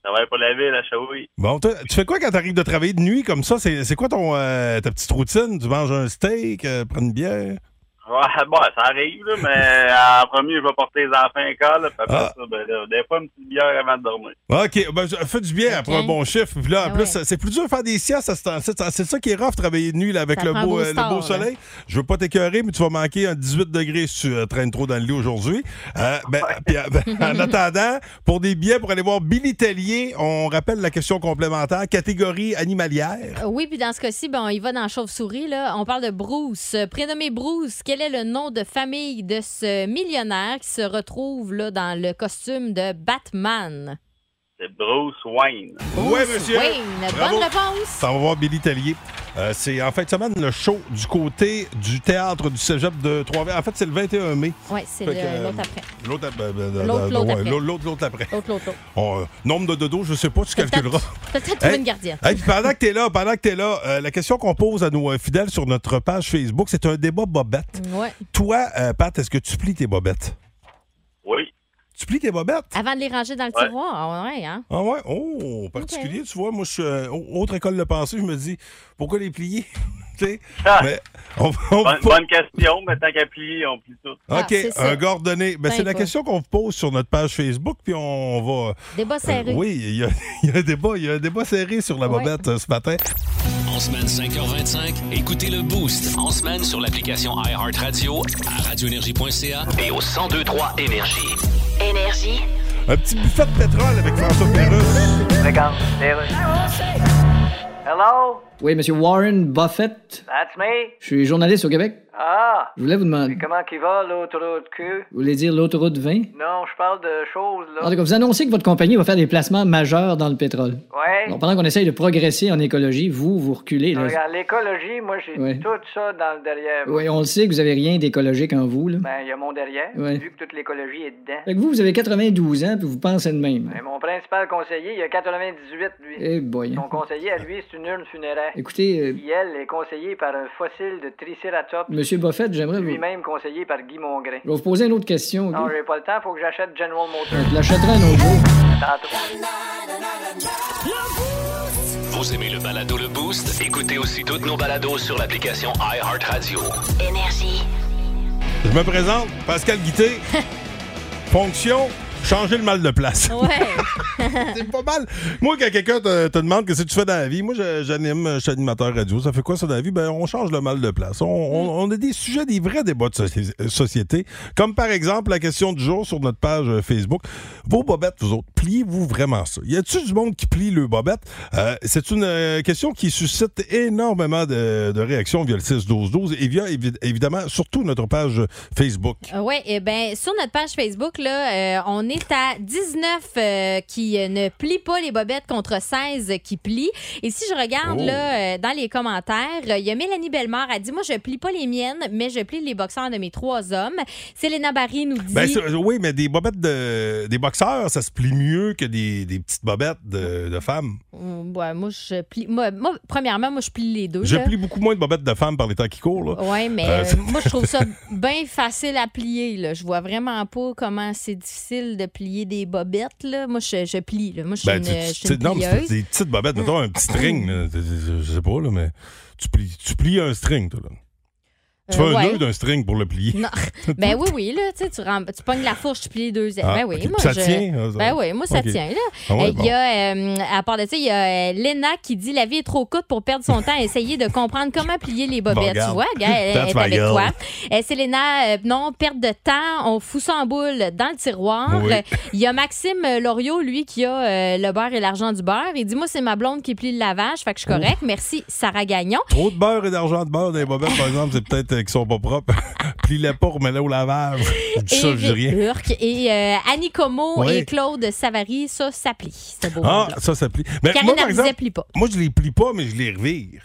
[SPEAKER 4] Ça va pour la ville à Chaoui.
[SPEAKER 3] Bon, toi, tu fais quoi quand t'arrives de travailler de nuit comme ça? C'est c'est quoi ton, euh, ta petite routine? Tu manges un steak, euh, prends une bière?
[SPEAKER 4] Ouais, bon, ça arrive, là, mais euh, en premier, je vais porter les enfants à l'école. là, puis après
[SPEAKER 3] Ah.
[SPEAKER 4] ça, ben, là, des fois, une petite bière avant de dormir.
[SPEAKER 3] OK, ben, ça fait du bien après un
[SPEAKER 7] Ok.
[SPEAKER 3] bon chiffre. Puis là, en
[SPEAKER 7] Ah
[SPEAKER 3] plus,
[SPEAKER 7] ouais.
[SPEAKER 3] ça- c'est plus dur de faire des siestes à ce temps-ci. C'est- C'est ça qui est rough, travailler de nuit là, avec
[SPEAKER 7] Ça
[SPEAKER 3] le
[SPEAKER 7] prend un
[SPEAKER 3] beau,
[SPEAKER 7] beau
[SPEAKER 3] euh, le beau
[SPEAKER 7] star,
[SPEAKER 3] soleil. Je veux pas t'écœurer, mais tu vas manquer un 18 degrés si tu euh, traînes trop dans le lit aujourd'hui. Euh, ben, puis, euh, ben, en attendant, pour des billets pour aller voir Billy Tellier, on rappelle la question complémentaire, catégorie animalière.
[SPEAKER 7] Euh, Oui, puis dans ce cas-ci, ben, on y va dans chauve-souris. là. On parle de Bruce. Euh, Prénommé Bruce, quel est le nom de famille de ce millionnaire qui se retrouve là, dans le costume de Batman?
[SPEAKER 4] C'est Bruce Wayne.
[SPEAKER 3] Oui, monsieur.
[SPEAKER 7] Wayne,
[SPEAKER 3] Bravo.
[SPEAKER 7] bonne réponse.
[SPEAKER 3] Ça va voir Billy Tellier. Euh, c'est en fin de semaine le show du côté du théâtre du cégep de Trois-Rivières. En fait, c'est le 21 mai.
[SPEAKER 7] Oui, c'est
[SPEAKER 3] Fait que, euh,
[SPEAKER 7] le- l'autre après.
[SPEAKER 3] L'autre ap- euh, euh,
[SPEAKER 7] L'autre,
[SPEAKER 3] euh,
[SPEAKER 7] l'autre
[SPEAKER 3] ouais,
[SPEAKER 7] après.
[SPEAKER 3] l'autre, l'autre, l'autre après.
[SPEAKER 7] L'autre, l'autre, l'autre.
[SPEAKER 3] On, euh, nombre de dodos, je sais pas, tu
[SPEAKER 7] Peut-être-
[SPEAKER 3] calculeras.
[SPEAKER 7] Peut-être trouver
[SPEAKER 3] Hey.
[SPEAKER 7] une gardienne.
[SPEAKER 3] Hey, puis pendant que t'es là, pendant que t'es là, euh, la question qu'on pose à nos euh, fidèles sur notre page Facebook, c'est un débat bobette.
[SPEAKER 7] Ouais.
[SPEAKER 3] Toi, euh, Pat, est-ce que tu plies tes bobettes?
[SPEAKER 4] Oui.
[SPEAKER 3] Tu plies tes bobettes?
[SPEAKER 7] Avant de les ranger dans le
[SPEAKER 4] Ouais.
[SPEAKER 7] tiroir. Ah ouais, hein?
[SPEAKER 3] Ah ouais? Oh, particulier, tu vois. Moi, je suis euh, au- autre école de pensée, je me dis, pourquoi les plier? Tu sais?
[SPEAKER 4] Ah.
[SPEAKER 3] Mais on- on-
[SPEAKER 4] Bonne, bonne question, mais tant qu'à plier, on plie tout.
[SPEAKER 7] Ah,
[SPEAKER 3] OK,
[SPEAKER 7] c'est ça.
[SPEAKER 3] un gordonné. Ben, c'est la
[SPEAKER 7] Sympa.
[SPEAKER 3] question qu'on vous pose sur notre page Facebook, puis on va.
[SPEAKER 7] Débat
[SPEAKER 3] Euh,
[SPEAKER 7] serré.
[SPEAKER 3] oui, il y, a- il y a un débat, il y a un débat serré sur la
[SPEAKER 7] Ouais.
[SPEAKER 3] bobette euh, ce matin.
[SPEAKER 2] En semaine 5h25, écoutez le Boost. En semaine sur l'application iHeartRadio, à radioénergie.ca et au 1023 Énergie.
[SPEAKER 8] Énergie.
[SPEAKER 3] Un petit buffet de pétrole avec François Pérus.
[SPEAKER 10] Regarde, c'est vrai. Hello,
[SPEAKER 5] Oui, Monsieur Warren Buffett.
[SPEAKER 10] that's me.
[SPEAKER 5] Je suis journaliste au Québec.
[SPEAKER 10] Ah,
[SPEAKER 5] Je voulais vous demander.
[SPEAKER 10] comment qu'il va l'autoroute Q?
[SPEAKER 5] Vous voulez dire l'autoroute 20?
[SPEAKER 10] Non, je parle de choses,
[SPEAKER 5] En
[SPEAKER 10] là.
[SPEAKER 5] tout cas, vous annoncez que votre compagnie va faire des placements majeurs dans le pétrole.
[SPEAKER 7] Ah,
[SPEAKER 10] Ouais.
[SPEAKER 5] Alors, pendant qu'on essaye de progresser en écologie, vous, vous reculez. là.
[SPEAKER 10] Regarde, l'écologie, moi, j'ai
[SPEAKER 5] Ouais.
[SPEAKER 10] tout ça dans le derrière.
[SPEAKER 5] Oui, on le sait que vous avez rien d'écologique en vous. Là.
[SPEAKER 10] Ben, il y a mon derrière,
[SPEAKER 5] Ouais.
[SPEAKER 10] vu que toute l'écologie est dedans.
[SPEAKER 5] Fait que vous, vous avez 92 ans, puis vous pensez de même.
[SPEAKER 10] Mais mon principal conseiller, il a 98, lui.
[SPEAKER 5] Eh boy.
[SPEAKER 10] Son conseiller, à lui, c'est une urne funéraire.
[SPEAKER 5] Écoutez, euh,
[SPEAKER 10] Qui, elle, est conseillée par un fossile de Triceratops,
[SPEAKER 5] Monsieur Buffett, j'aimerais vous...
[SPEAKER 10] lui-même conseillé par Guy Mongrain.
[SPEAKER 5] Je vais vous poser une autre question. ok?
[SPEAKER 10] Non, j'ai pas le temps, faut que j'achète General Motors.
[SPEAKER 5] Je l'achèterai un autre jour.
[SPEAKER 10] Tantôt.
[SPEAKER 2] Vous aimez le balado Le Boost? Écoutez aussi toutes nos balados sur l'application iHeartRadio.
[SPEAKER 8] Énergie.
[SPEAKER 3] Je me présente, Pascal Guité. Fonction, changer le mal de place.
[SPEAKER 7] Ouais.
[SPEAKER 3] C'est pas mal. Moi, quand quelqu'un te, te demande qu'est-ce que tu fais dans la vie, moi, je- j'anime, je suis animateur radio. Ça fait quoi ça dans la vie? Ben, on change le mal de place. On, on- on a des sujets, des vrais débats de soci- euh, société. Comme par exemple la question du jour sur notre page euh, Facebook. Vos bobettes, vous autres, pliez-vous vraiment ça? Y a-tu du monde qui plie le bobette? Euh, C'est une euh, question qui suscite énormément de, de réactions via le 6-12-12 et via évi- évidemment surtout notre page Facebook.
[SPEAKER 7] Oui, eh ben, sur notre page Facebook, là, euh, on est est à 19 euh, qui euh, ne plie pas les bobettes contre 16 qui plient. Et si je regarde
[SPEAKER 3] Oh.
[SPEAKER 7] là, euh, dans les commentaires, euh, il y a Mélanie Bellemare, elle dit Moi, je plie pas les miennes, mais je plie les boxeurs de mes trois hommes. Célena Barry nous dit.
[SPEAKER 3] Ben, ça- oui, mais des bobettes de, des boxeurs, ça se plie mieux que des, des petites bobettes de, de femmes.
[SPEAKER 7] Mm, ouais, moi, je plie. Moi, moi, premièrement, moi, je plie les deux.
[SPEAKER 3] Je
[SPEAKER 7] là.
[SPEAKER 3] plie beaucoup moins de bobettes de femmes par les temps qui courent. Là.
[SPEAKER 7] Oui, mais
[SPEAKER 3] Euh,
[SPEAKER 7] euh,
[SPEAKER 3] c'est-
[SPEAKER 7] moi, je trouve ça bien facile à plier. Là. Je vois vraiment pas comment c'est difficile de plier des bobettes. Là. Moi, je, je plie. Là. Moi, je suis
[SPEAKER 3] Ben,
[SPEAKER 7] une,
[SPEAKER 3] tu- tu-
[SPEAKER 7] je suis
[SPEAKER 3] tu-
[SPEAKER 7] une
[SPEAKER 3] non, mais c'est
[SPEAKER 7] plieuse.
[SPEAKER 3] des petites bobettes, mettons un petit string. là. Je- Je je sais pas, là, mais tu plies, tu plies un string, toi. Là. Tu fais
[SPEAKER 7] Euh,
[SPEAKER 3] un
[SPEAKER 7] ouais.
[SPEAKER 3] nœud d'un string pour le plier.
[SPEAKER 7] Non. Ben oui, oui, là, tu sais, tu, rem- tu pognes la fourche, tu plies les deux ailes.
[SPEAKER 3] Ah,
[SPEAKER 7] ben oui,
[SPEAKER 3] ok.
[SPEAKER 7] moi,
[SPEAKER 3] Puis ça
[SPEAKER 7] je-
[SPEAKER 3] tient, euh, ça-
[SPEAKER 7] Ben oui, moi, ça
[SPEAKER 3] ok.
[SPEAKER 7] tient, là.
[SPEAKER 3] Ah ouais,
[SPEAKER 7] Euh, Il
[SPEAKER 3] bon.
[SPEAKER 7] y a, euh, à part de ça, il y a euh, Léna qui dit la vie est trop courte pour perdre son temps à essayer de comprendre comment plier les bobettes.
[SPEAKER 3] Bon,
[SPEAKER 7] tu vois, gars, elle,
[SPEAKER 3] That's
[SPEAKER 7] est
[SPEAKER 3] my
[SPEAKER 7] avec
[SPEAKER 3] girl.
[SPEAKER 7] toi. Euh, Célena, euh, non, perte de temps, on fout ça en boule dans le tiroir.
[SPEAKER 3] Oui.
[SPEAKER 7] Euh, Il y a Maxime euh, Loriot, lui, qui a euh, le beurre et l'argent du beurre. Il dit Moi, c'est ma blonde qui plie le lavage, fait que je suis correct. Merci, Sarah Gagnon.
[SPEAKER 3] Trop de beurre et d'argent de beurre dans les bobettes, par exemple, c'est peut-être euh, qu'ils sont pas propres. Plie-les pas, remets-les au lavage. Je dis ça, je dis rien.
[SPEAKER 7] Éric Burke et euh, Annie Como
[SPEAKER 3] Oui.
[SPEAKER 7] et Claude Savary, ça, ça plie. C'est beau.
[SPEAKER 3] Ah, ça, ça plie. Mais
[SPEAKER 7] Karine
[SPEAKER 3] moi, par
[SPEAKER 7] Abizet
[SPEAKER 3] exemple,
[SPEAKER 7] plie pas.
[SPEAKER 3] moi, je les plie pas, mais je les revire.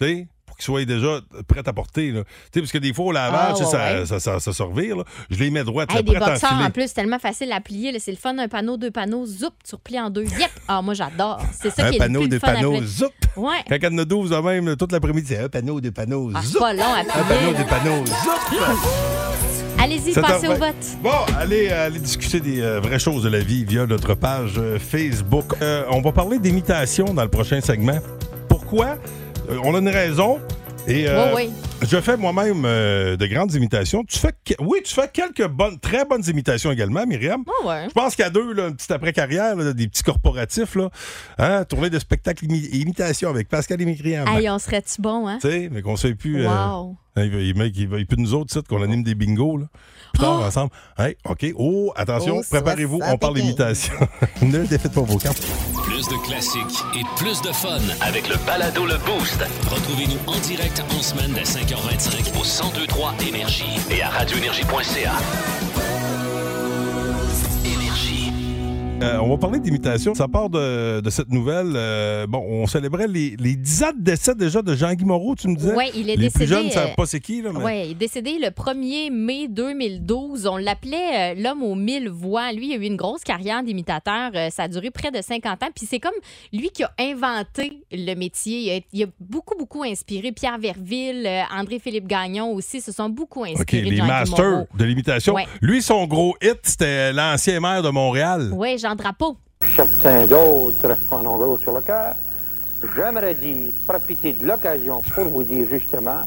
[SPEAKER 3] Tu sais? Pour qu'ils soient déjà prêts à porter. Là. Tu sais, parce que des fois, au lavage,
[SPEAKER 7] Ah,
[SPEAKER 3] tu sais, ça,
[SPEAKER 7] ouais, ouais.
[SPEAKER 3] ça, ça- ça se revire. là. Je les mets droites.
[SPEAKER 7] Hey,
[SPEAKER 3] là,
[SPEAKER 7] des
[SPEAKER 3] prêtes à
[SPEAKER 7] boxeurs
[SPEAKER 3] enfiler.
[SPEAKER 7] en plus, tellement facile à plier. là, C'est le fun, un panneau, deux panneaux, zoup, tu replies en deux. Yep! Ah, moi, j'adore. C'est ça
[SPEAKER 3] Un
[SPEAKER 7] qui est
[SPEAKER 3] panneau,
[SPEAKER 7] le plus
[SPEAKER 3] deux
[SPEAKER 7] le fun à
[SPEAKER 3] panneaux,
[SPEAKER 7] plier.
[SPEAKER 3] zoup!
[SPEAKER 7] Ouais.
[SPEAKER 3] Quand il y en a 12 de même, toute l'après-midi, c'est un panneau, deux panneaux,
[SPEAKER 7] Ah, c'est
[SPEAKER 3] zoup!
[SPEAKER 7] pas long à
[SPEAKER 3] Un panneau,
[SPEAKER 7] plier.
[SPEAKER 3] deux panneaux, zoup!
[SPEAKER 7] Allez-y,
[SPEAKER 3] Ça
[SPEAKER 7] passez
[SPEAKER 3] t'en
[SPEAKER 7] au
[SPEAKER 3] va.
[SPEAKER 7] vote.
[SPEAKER 3] Bon, allez, euh, allez discuter des euh, vraies choses de la vie via notre page euh, Facebook. Euh, on va parler d'imitation dans le prochain segment. Pourquoi? Euh, on a une raison. Et euh,
[SPEAKER 7] Oui, oui.
[SPEAKER 3] je fais moi-même euh, de grandes imitations. Tu fais, que- oui, tu fais quelques bonnes, très bonnes imitations également, Myriam.
[SPEAKER 7] Ouais, ouais.
[SPEAKER 3] Je pense qu'à deux, là, un petit après-carrière, là, des petits corporatifs, là, hein, tourner de spectacle imi- imitation avec Pascal et Myriam.
[SPEAKER 7] Hey, on serait-tu bon, hein?
[SPEAKER 3] Tu sais, mais qu'on ne sait plus. euh,
[SPEAKER 7] Wow.
[SPEAKER 3] il veut, il- mec, il veut- il peut nous autres, c'est qu'on anime des bingos, là. Plus tard,
[SPEAKER 7] Oh!
[SPEAKER 3] ensemble. Hey, OK. Oh, attention,
[SPEAKER 9] Oh,
[SPEAKER 3] préparez-vous, on parle
[SPEAKER 9] 75.
[SPEAKER 3] imitation. ne défaites pas vos camps.
[SPEAKER 2] Plus de classiques et plus de fun avec le balado Le Boost. Retrouvez-nous en direct en semaine dès 5h25 au 1023 Énergie et à radioénergie.ca. Énergie.
[SPEAKER 3] Euh, on va parler d'imitation. Ça part de, de cette nouvelle. euh, bon, on célébrait les, les 10 ans de décès déjà de Jean-Guy Moreau, tu me disais?
[SPEAKER 7] Ouais, il est
[SPEAKER 3] les
[SPEAKER 7] décédé.
[SPEAKER 3] plus jeunes ne
[SPEAKER 7] euh,
[SPEAKER 3] savent pas c'est qui, là, mais...
[SPEAKER 7] Oui, il est décédé le 1er mai 2012. On l'appelait euh, l'homme aux mille voix. Lui, il a eu une grosse carrière d'imitateur. Euh, ça a duré près de 50 ans. Puis c'est comme lui qui a inventé le métier. Il a, il a beaucoup, beaucoup inspiré Pierre Verville, euh, André-Philippe Gagnon aussi se sont beaucoup
[SPEAKER 3] OK,
[SPEAKER 7] inspirés. de
[SPEAKER 3] les
[SPEAKER 7] Jean-Guy
[SPEAKER 3] masters
[SPEAKER 7] Moreau.
[SPEAKER 3] de l'imitation.
[SPEAKER 7] Ouais.
[SPEAKER 3] Lui, son gros hit, c'était l'ancien maire de Montréal.
[SPEAKER 7] Oui, Jean Drapeau.
[SPEAKER 10] Certains d'autres en ont gros sur le cœur. J'aimerais dire, profiter de l'occasion pour vous dire justement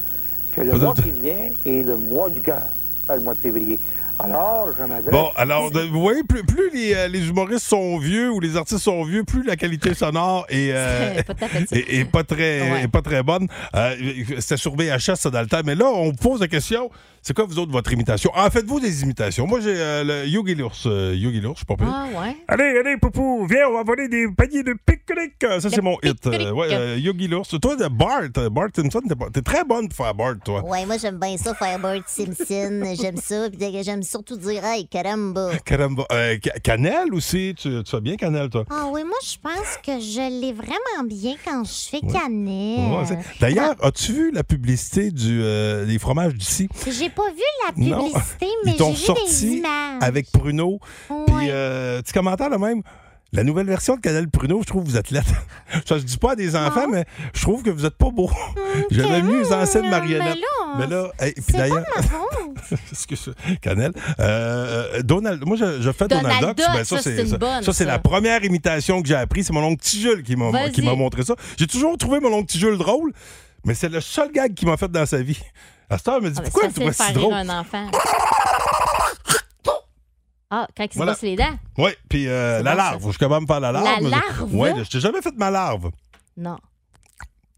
[SPEAKER 10] que le
[SPEAKER 3] mois qui
[SPEAKER 10] vient est le mois du cœur, le mois de février. Alors, je m'adresse.
[SPEAKER 3] Bon, alors, de- vous voyez, plus, plus les, euh, les humoristes sont vieux ou les artistes sont vieux, plus la qualité sonore est, euh,
[SPEAKER 7] C'est pas tout à fait ça.
[SPEAKER 3] est- est pas, très,
[SPEAKER 7] Ouais.
[SPEAKER 3] est pas très bonne. Euh, C'était sur VHS, ça, dans le temps. Mais là, on vous pose la question, c'est quoi, vous autres, votre imitation? En faites-vous des imitations? Moi, j'ai euh, le Yogi l'ours. euh, Yogi l'ours, je suis pas pire.
[SPEAKER 7] Ah, ouais.
[SPEAKER 3] Allez, allez, Poupou, viens, on va voler des paniers de pique-nique. Euh, Ça,
[SPEAKER 7] Le
[SPEAKER 3] c'est mon hit.
[SPEAKER 7] pique-nique.
[SPEAKER 3] Euh, ouais, euh, Yogi l'ours. Toi, de Bart, euh, Bart Simpson, t'es pas- t'es très bonne pour faire Bart, toi.
[SPEAKER 11] Ouais, moi j'aime bien ça, Firebird Simpson, j'aime ça, puis dès que j'aime surtout dire hey caramba.
[SPEAKER 3] Caramba. Euh, Ca- Canel aussi, tu, tu fais bien Canel, toi.
[SPEAKER 11] Ah oui, moi je pense que je l'ai vraiment bien quand je fais
[SPEAKER 3] Ouais. Ouais,
[SPEAKER 11] cannelle.
[SPEAKER 3] c'est- D'ailleurs, as-tu vu la publicité du, euh, des fromages d'ici?
[SPEAKER 11] J'ai pas vu la
[SPEAKER 3] Non.
[SPEAKER 11] publicité, mais
[SPEAKER 3] Ils
[SPEAKER 11] j'ai
[SPEAKER 3] t'ont
[SPEAKER 11] vu des
[SPEAKER 3] sorti
[SPEAKER 11] images.
[SPEAKER 3] avec Pruneau.
[SPEAKER 11] Mmh. Ouais.
[SPEAKER 3] Puis, euh, petit commentaire là même. La nouvelle version de Canal Pruneau, je trouve que vous êtes lettre. Ça, je dis pas à des enfants, mais je trouve que vous êtes pas beau. J'avais mis les anciennes
[SPEAKER 11] Mmh, mais
[SPEAKER 7] Hum,
[SPEAKER 3] marionnettes.
[SPEAKER 11] là,
[SPEAKER 3] Mais là, hey, puis
[SPEAKER 11] c'est pas
[SPEAKER 3] d'ailleurs,
[SPEAKER 11] ma faute.
[SPEAKER 3] excuse Canel, euh, euh, Donald, moi je, je fais Donald,
[SPEAKER 7] Donald
[SPEAKER 3] Duck.
[SPEAKER 7] Duck,
[SPEAKER 3] ben,
[SPEAKER 7] ça, c'est une
[SPEAKER 3] ça,
[SPEAKER 7] bonne,
[SPEAKER 3] ça, c'est
[SPEAKER 7] ça.
[SPEAKER 3] la première imitation que j'ai appris. C'est mon oncle Tijul qui m'a qui
[SPEAKER 7] Vas-y.
[SPEAKER 3] m'a montré ça. J'ai toujours trouvé mon oncle Tijul drôle, mais c'est le seul gag qu'il m'a fait dans sa vie. À cette heure, il me dit
[SPEAKER 7] Ah, ben,
[SPEAKER 3] pourquoi
[SPEAKER 7] c'est
[SPEAKER 3] il
[SPEAKER 7] facile de
[SPEAKER 3] trouve
[SPEAKER 7] faire rire
[SPEAKER 3] si drôle.
[SPEAKER 7] un enfant. Ah, quand il se
[SPEAKER 3] Voilà.
[SPEAKER 7] brosse les dents?
[SPEAKER 3] Oui, puis euh,
[SPEAKER 7] C'est
[SPEAKER 3] la
[SPEAKER 7] bon, ça,
[SPEAKER 3] larve. Je suis capable de me faire la larve.
[SPEAKER 7] La
[SPEAKER 3] mais je-
[SPEAKER 7] larve?
[SPEAKER 3] Ouais, je t'ai jamais fait de ma larve.
[SPEAKER 7] Non.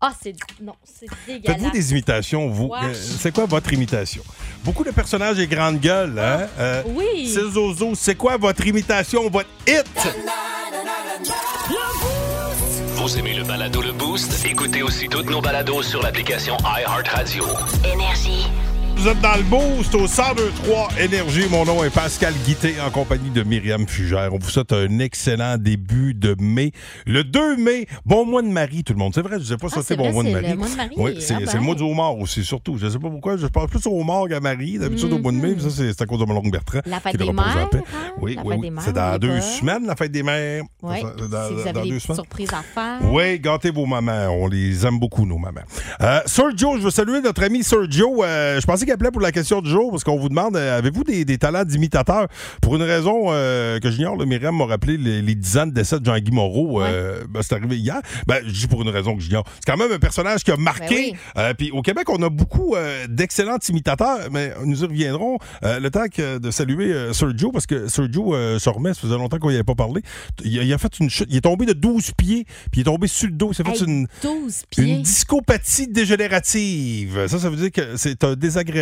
[SPEAKER 7] Ah, c'est. Non, c'est dégueulasse.
[SPEAKER 3] Faites-vous des imitations, vous.
[SPEAKER 7] Ouais.
[SPEAKER 3] Euh, c'est quoi votre imitation? Beaucoup de personnages et grandes gueules, hein? Euh,
[SPEAKER 7] Oui.
[SPEAKER 3] c'est Zozo, c'est quoi votre imitation, votre hit?
[SPEAKER 2] Vous aimez le balado Le Boost? Écoutez aussi toutes nos balados sur l'application iHeartRadio.
[SPEAKER 8] Énergie.
[SPEAKER 3] Vous êtes dans le boost au 1023 Énergie. Mon nom est Pascal Guité en compagnie de Myriam Fugère. On vous souhaite un excellent début de mai. Le 2 mai, bon mois de Marie, tout le monde. C'est vrai, je ne sais pas
[SPEAKER 7] Ah,
[SPEAKER 3] ça,
[SPEAKER 7] c'est
[SPEAKER 3] c'est bon
[SPEAKER 7] vrai,
[SPEAKER 3] mois de
[SPEAKER 7] c'est
[SPEAKER 3] Marie.
[SPEAKER 7] le mois de Marie.
[SPEAKER 3] Oui, c'est
[SPEAKER 7] Ah ben.
[SPEAKER 3] c'est le mois du homard aussi, surtout. Je ne sais pas pourquoi. Je pense plus au homard qu'à Marie. D'habitude, au mois de mai, mais ça, c'est c'est à cause de mon oncle Bertrand.
[SPEAKER 7] La fête
[SPEAKER 3] qui le
[SPEAKER 7] des
[SPEAKER 3] repose en
[SPEAKER 7] mères,
[SPEAKER 3] paix.
[SPEAKER 7] hein? Mm-hmm.
[SPEAKER 3] Oui,
[SPEAKER 7] La
[SPEAKER 3] oui,
[SPEAKER 7] fête
[SPEAKER 3] oui.
[SPEAKER 7] des
[SPEAKER 3] C'est
[SPEAKER 7] mères,
[SPEAKER 3] dans deux
[SPEAKER 7] là.
[SPEAKER 3] semaines, la fête des mères.
[SPEAKER 7] Oui,
[SPEAKER 3] Ça,
[SPEAKER 7] si
[SPEAKER 3] dans-
[SPEAKER 7] vous
[SPEAKER 3] dans
[SPEAKER 7] avez des
[SPEAKER 3] deux
[SPEAKER 7] petites
[SPEAKER 3] semaines.
[SPEAKER 7] surprises à faire.
[SPEAKER 3] Oui, gâtez vos mamans. On les aime beaucoup, nos mamans. Euh, Sergio, je veux saluer notre ami Sergio. Euh, je pensais qu'il appelait pour la question du jour parce qu'on vous demande euh, avez-vous des, des talents d'imitateur Pour une raison euh, que j'ignore, le Myriam m'a rappelé les, les 10 ans de décès de Jean-Guy Moreau. Euh, ben, c'est arrivé hier. Ben, je dis pour une raison que j'ignore. C'est quand même un personnage qui a marqué. Euh, Puis au Québec, on a beaucoup euh, d'excellents imitateurs, mais nous y reviendrons. Euh, le temps que de saluer euh, Sergio parce que Sergio euh, se remet, ça faisait longtemps qu'on n'y avait pas parlé. Il a, il a fait une chute. Il est tombé de 12 pieds, puis il est tombé sur le dos. Il s'est fait
[SPEAKER 7] Hey,
[SPEAKER 3] une.
[SPEAKER 7] 12 pieds.
[SPEAKER 3] Une discopathie dégénérative. Ça, ça veut dire que c'est un désagrégement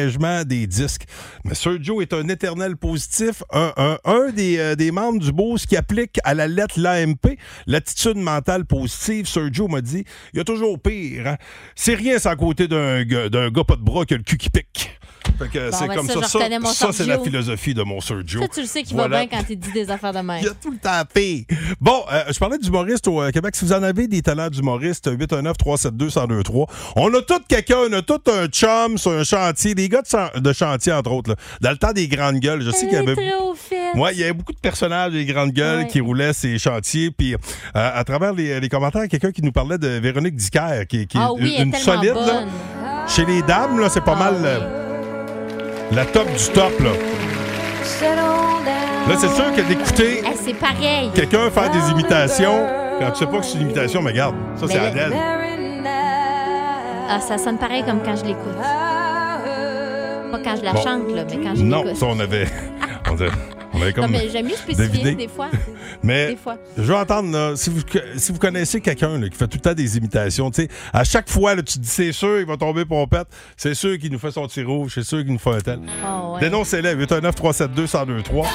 [SPEAKER 3] des disques. Mais Sergio est un éternel positif, un, un- un des, euh, des membres du BOS qui applique à la lettre l'AMP, l'attitude mentale positive. Sergio m'a dit il y a toujours pire. hein. C'est rien sans côté d'un gars, d'un gars pas de bras qui a le cul qui pique. Fait que
[SPEAKER 7] Bon,
[SPEAKER 3] c'est
[SPEAKER 7] ben
[SPEAKER 3] comme
[SPEAKER 7] ça,
[SPEAKER 3] ça.
[SPEAKER 7] je
[SPEAKER 3] Ça,
[SPEAKER 7] reconnais mon
[SPEAKER 3] ça, c'est la
[SPEAKER 7] Sergio.
[SPEAKER 3] philosophie de mon Sergio.
[SPEAKER 7] Ça, tu le sais qu'il
[SPEAKER 3] Voilà.
[SPEAKER 7] va bien quand il dit des affaires de même.
[SPEAKER 3] Il y a tout le temps pire. Bon, euh, je parlais d'humoristes au euh, Québec. Si vous en avez des talents d'humoristes, 819-372-1023. On a tout quelqu'un, on a tout un chum sur un chantier, des gars de, chan- de chantier, entre autres. là. Dans le temps des grandes gueules, je sais qu'il y avait.
[SPEAKER 7] Trop fait.
[SPEAKER 3] Ouais, il y avait beaucoup de personnages des grandes gueules qui roulaient ces chantiers. Puis euh, à travers les, les commentaires, quelqu'un qui nous parlait de Véronique Dicker, qui, qui
[SPEAKER 7] Ah
[SPEAKER 3] est
[SPEAKER 7] oui, elle est
[SPEAKER 3] une
[SPEAKER 7] tellement
[SPEAKER 3] solide. là.
[SPEAKER 7] bonne.
[SPEAKER 3] Chez les dames, là, c'est pas mal euh, la top du top. Là, là c'est sûr que d'écouter
[SPEAKER 7] Hey, Eh, c'est pareil.
[SPEAKER 3] Quelqu'un faire des imitations quand tu sais pas que c'est une imitation, mais regarde, ça c'est
[SPEAKER 7] Mais-
[SPEAKER 3] Adèle.
[SPEAKER 7] Ah, ça sonne pareil comme quand je l'écoute. Pas quand je la
[SPEAKER 3] Bon.
[SPEAKER 7] chante, là, mais quand je
[SPEAKER 3] Non,
[SPEAKER 7] l'écoute.
[SPEAKER 3] ça on avait. On avait, on avait
[SPEAKER 7] Non,
[SPEAKER 3] comme.
[SPEAKER 7] mais j'aime mieux spécifier
[SPEAKER 3] deviné.
[SPEAKER 7] des fois.
[SPEAKER 3] Mais
[SPEAKER 7] Des fois.
[SPEAKER 3] je veux entendre, là, si, vous, si vous connaissez quelqu'un là, qui fait tout le temps des imitations, tu sais, à chaque fois, là, tu te dis c'est sûr, il va tomber pompette, c'est sûr qu'il nous fait son tir rouge, c'est sûr qu'il nous fait un tel.
[SPEAKER 7] Ah, ouais.
[SPEAKER 3] Dénoncez-les, 819 372 1023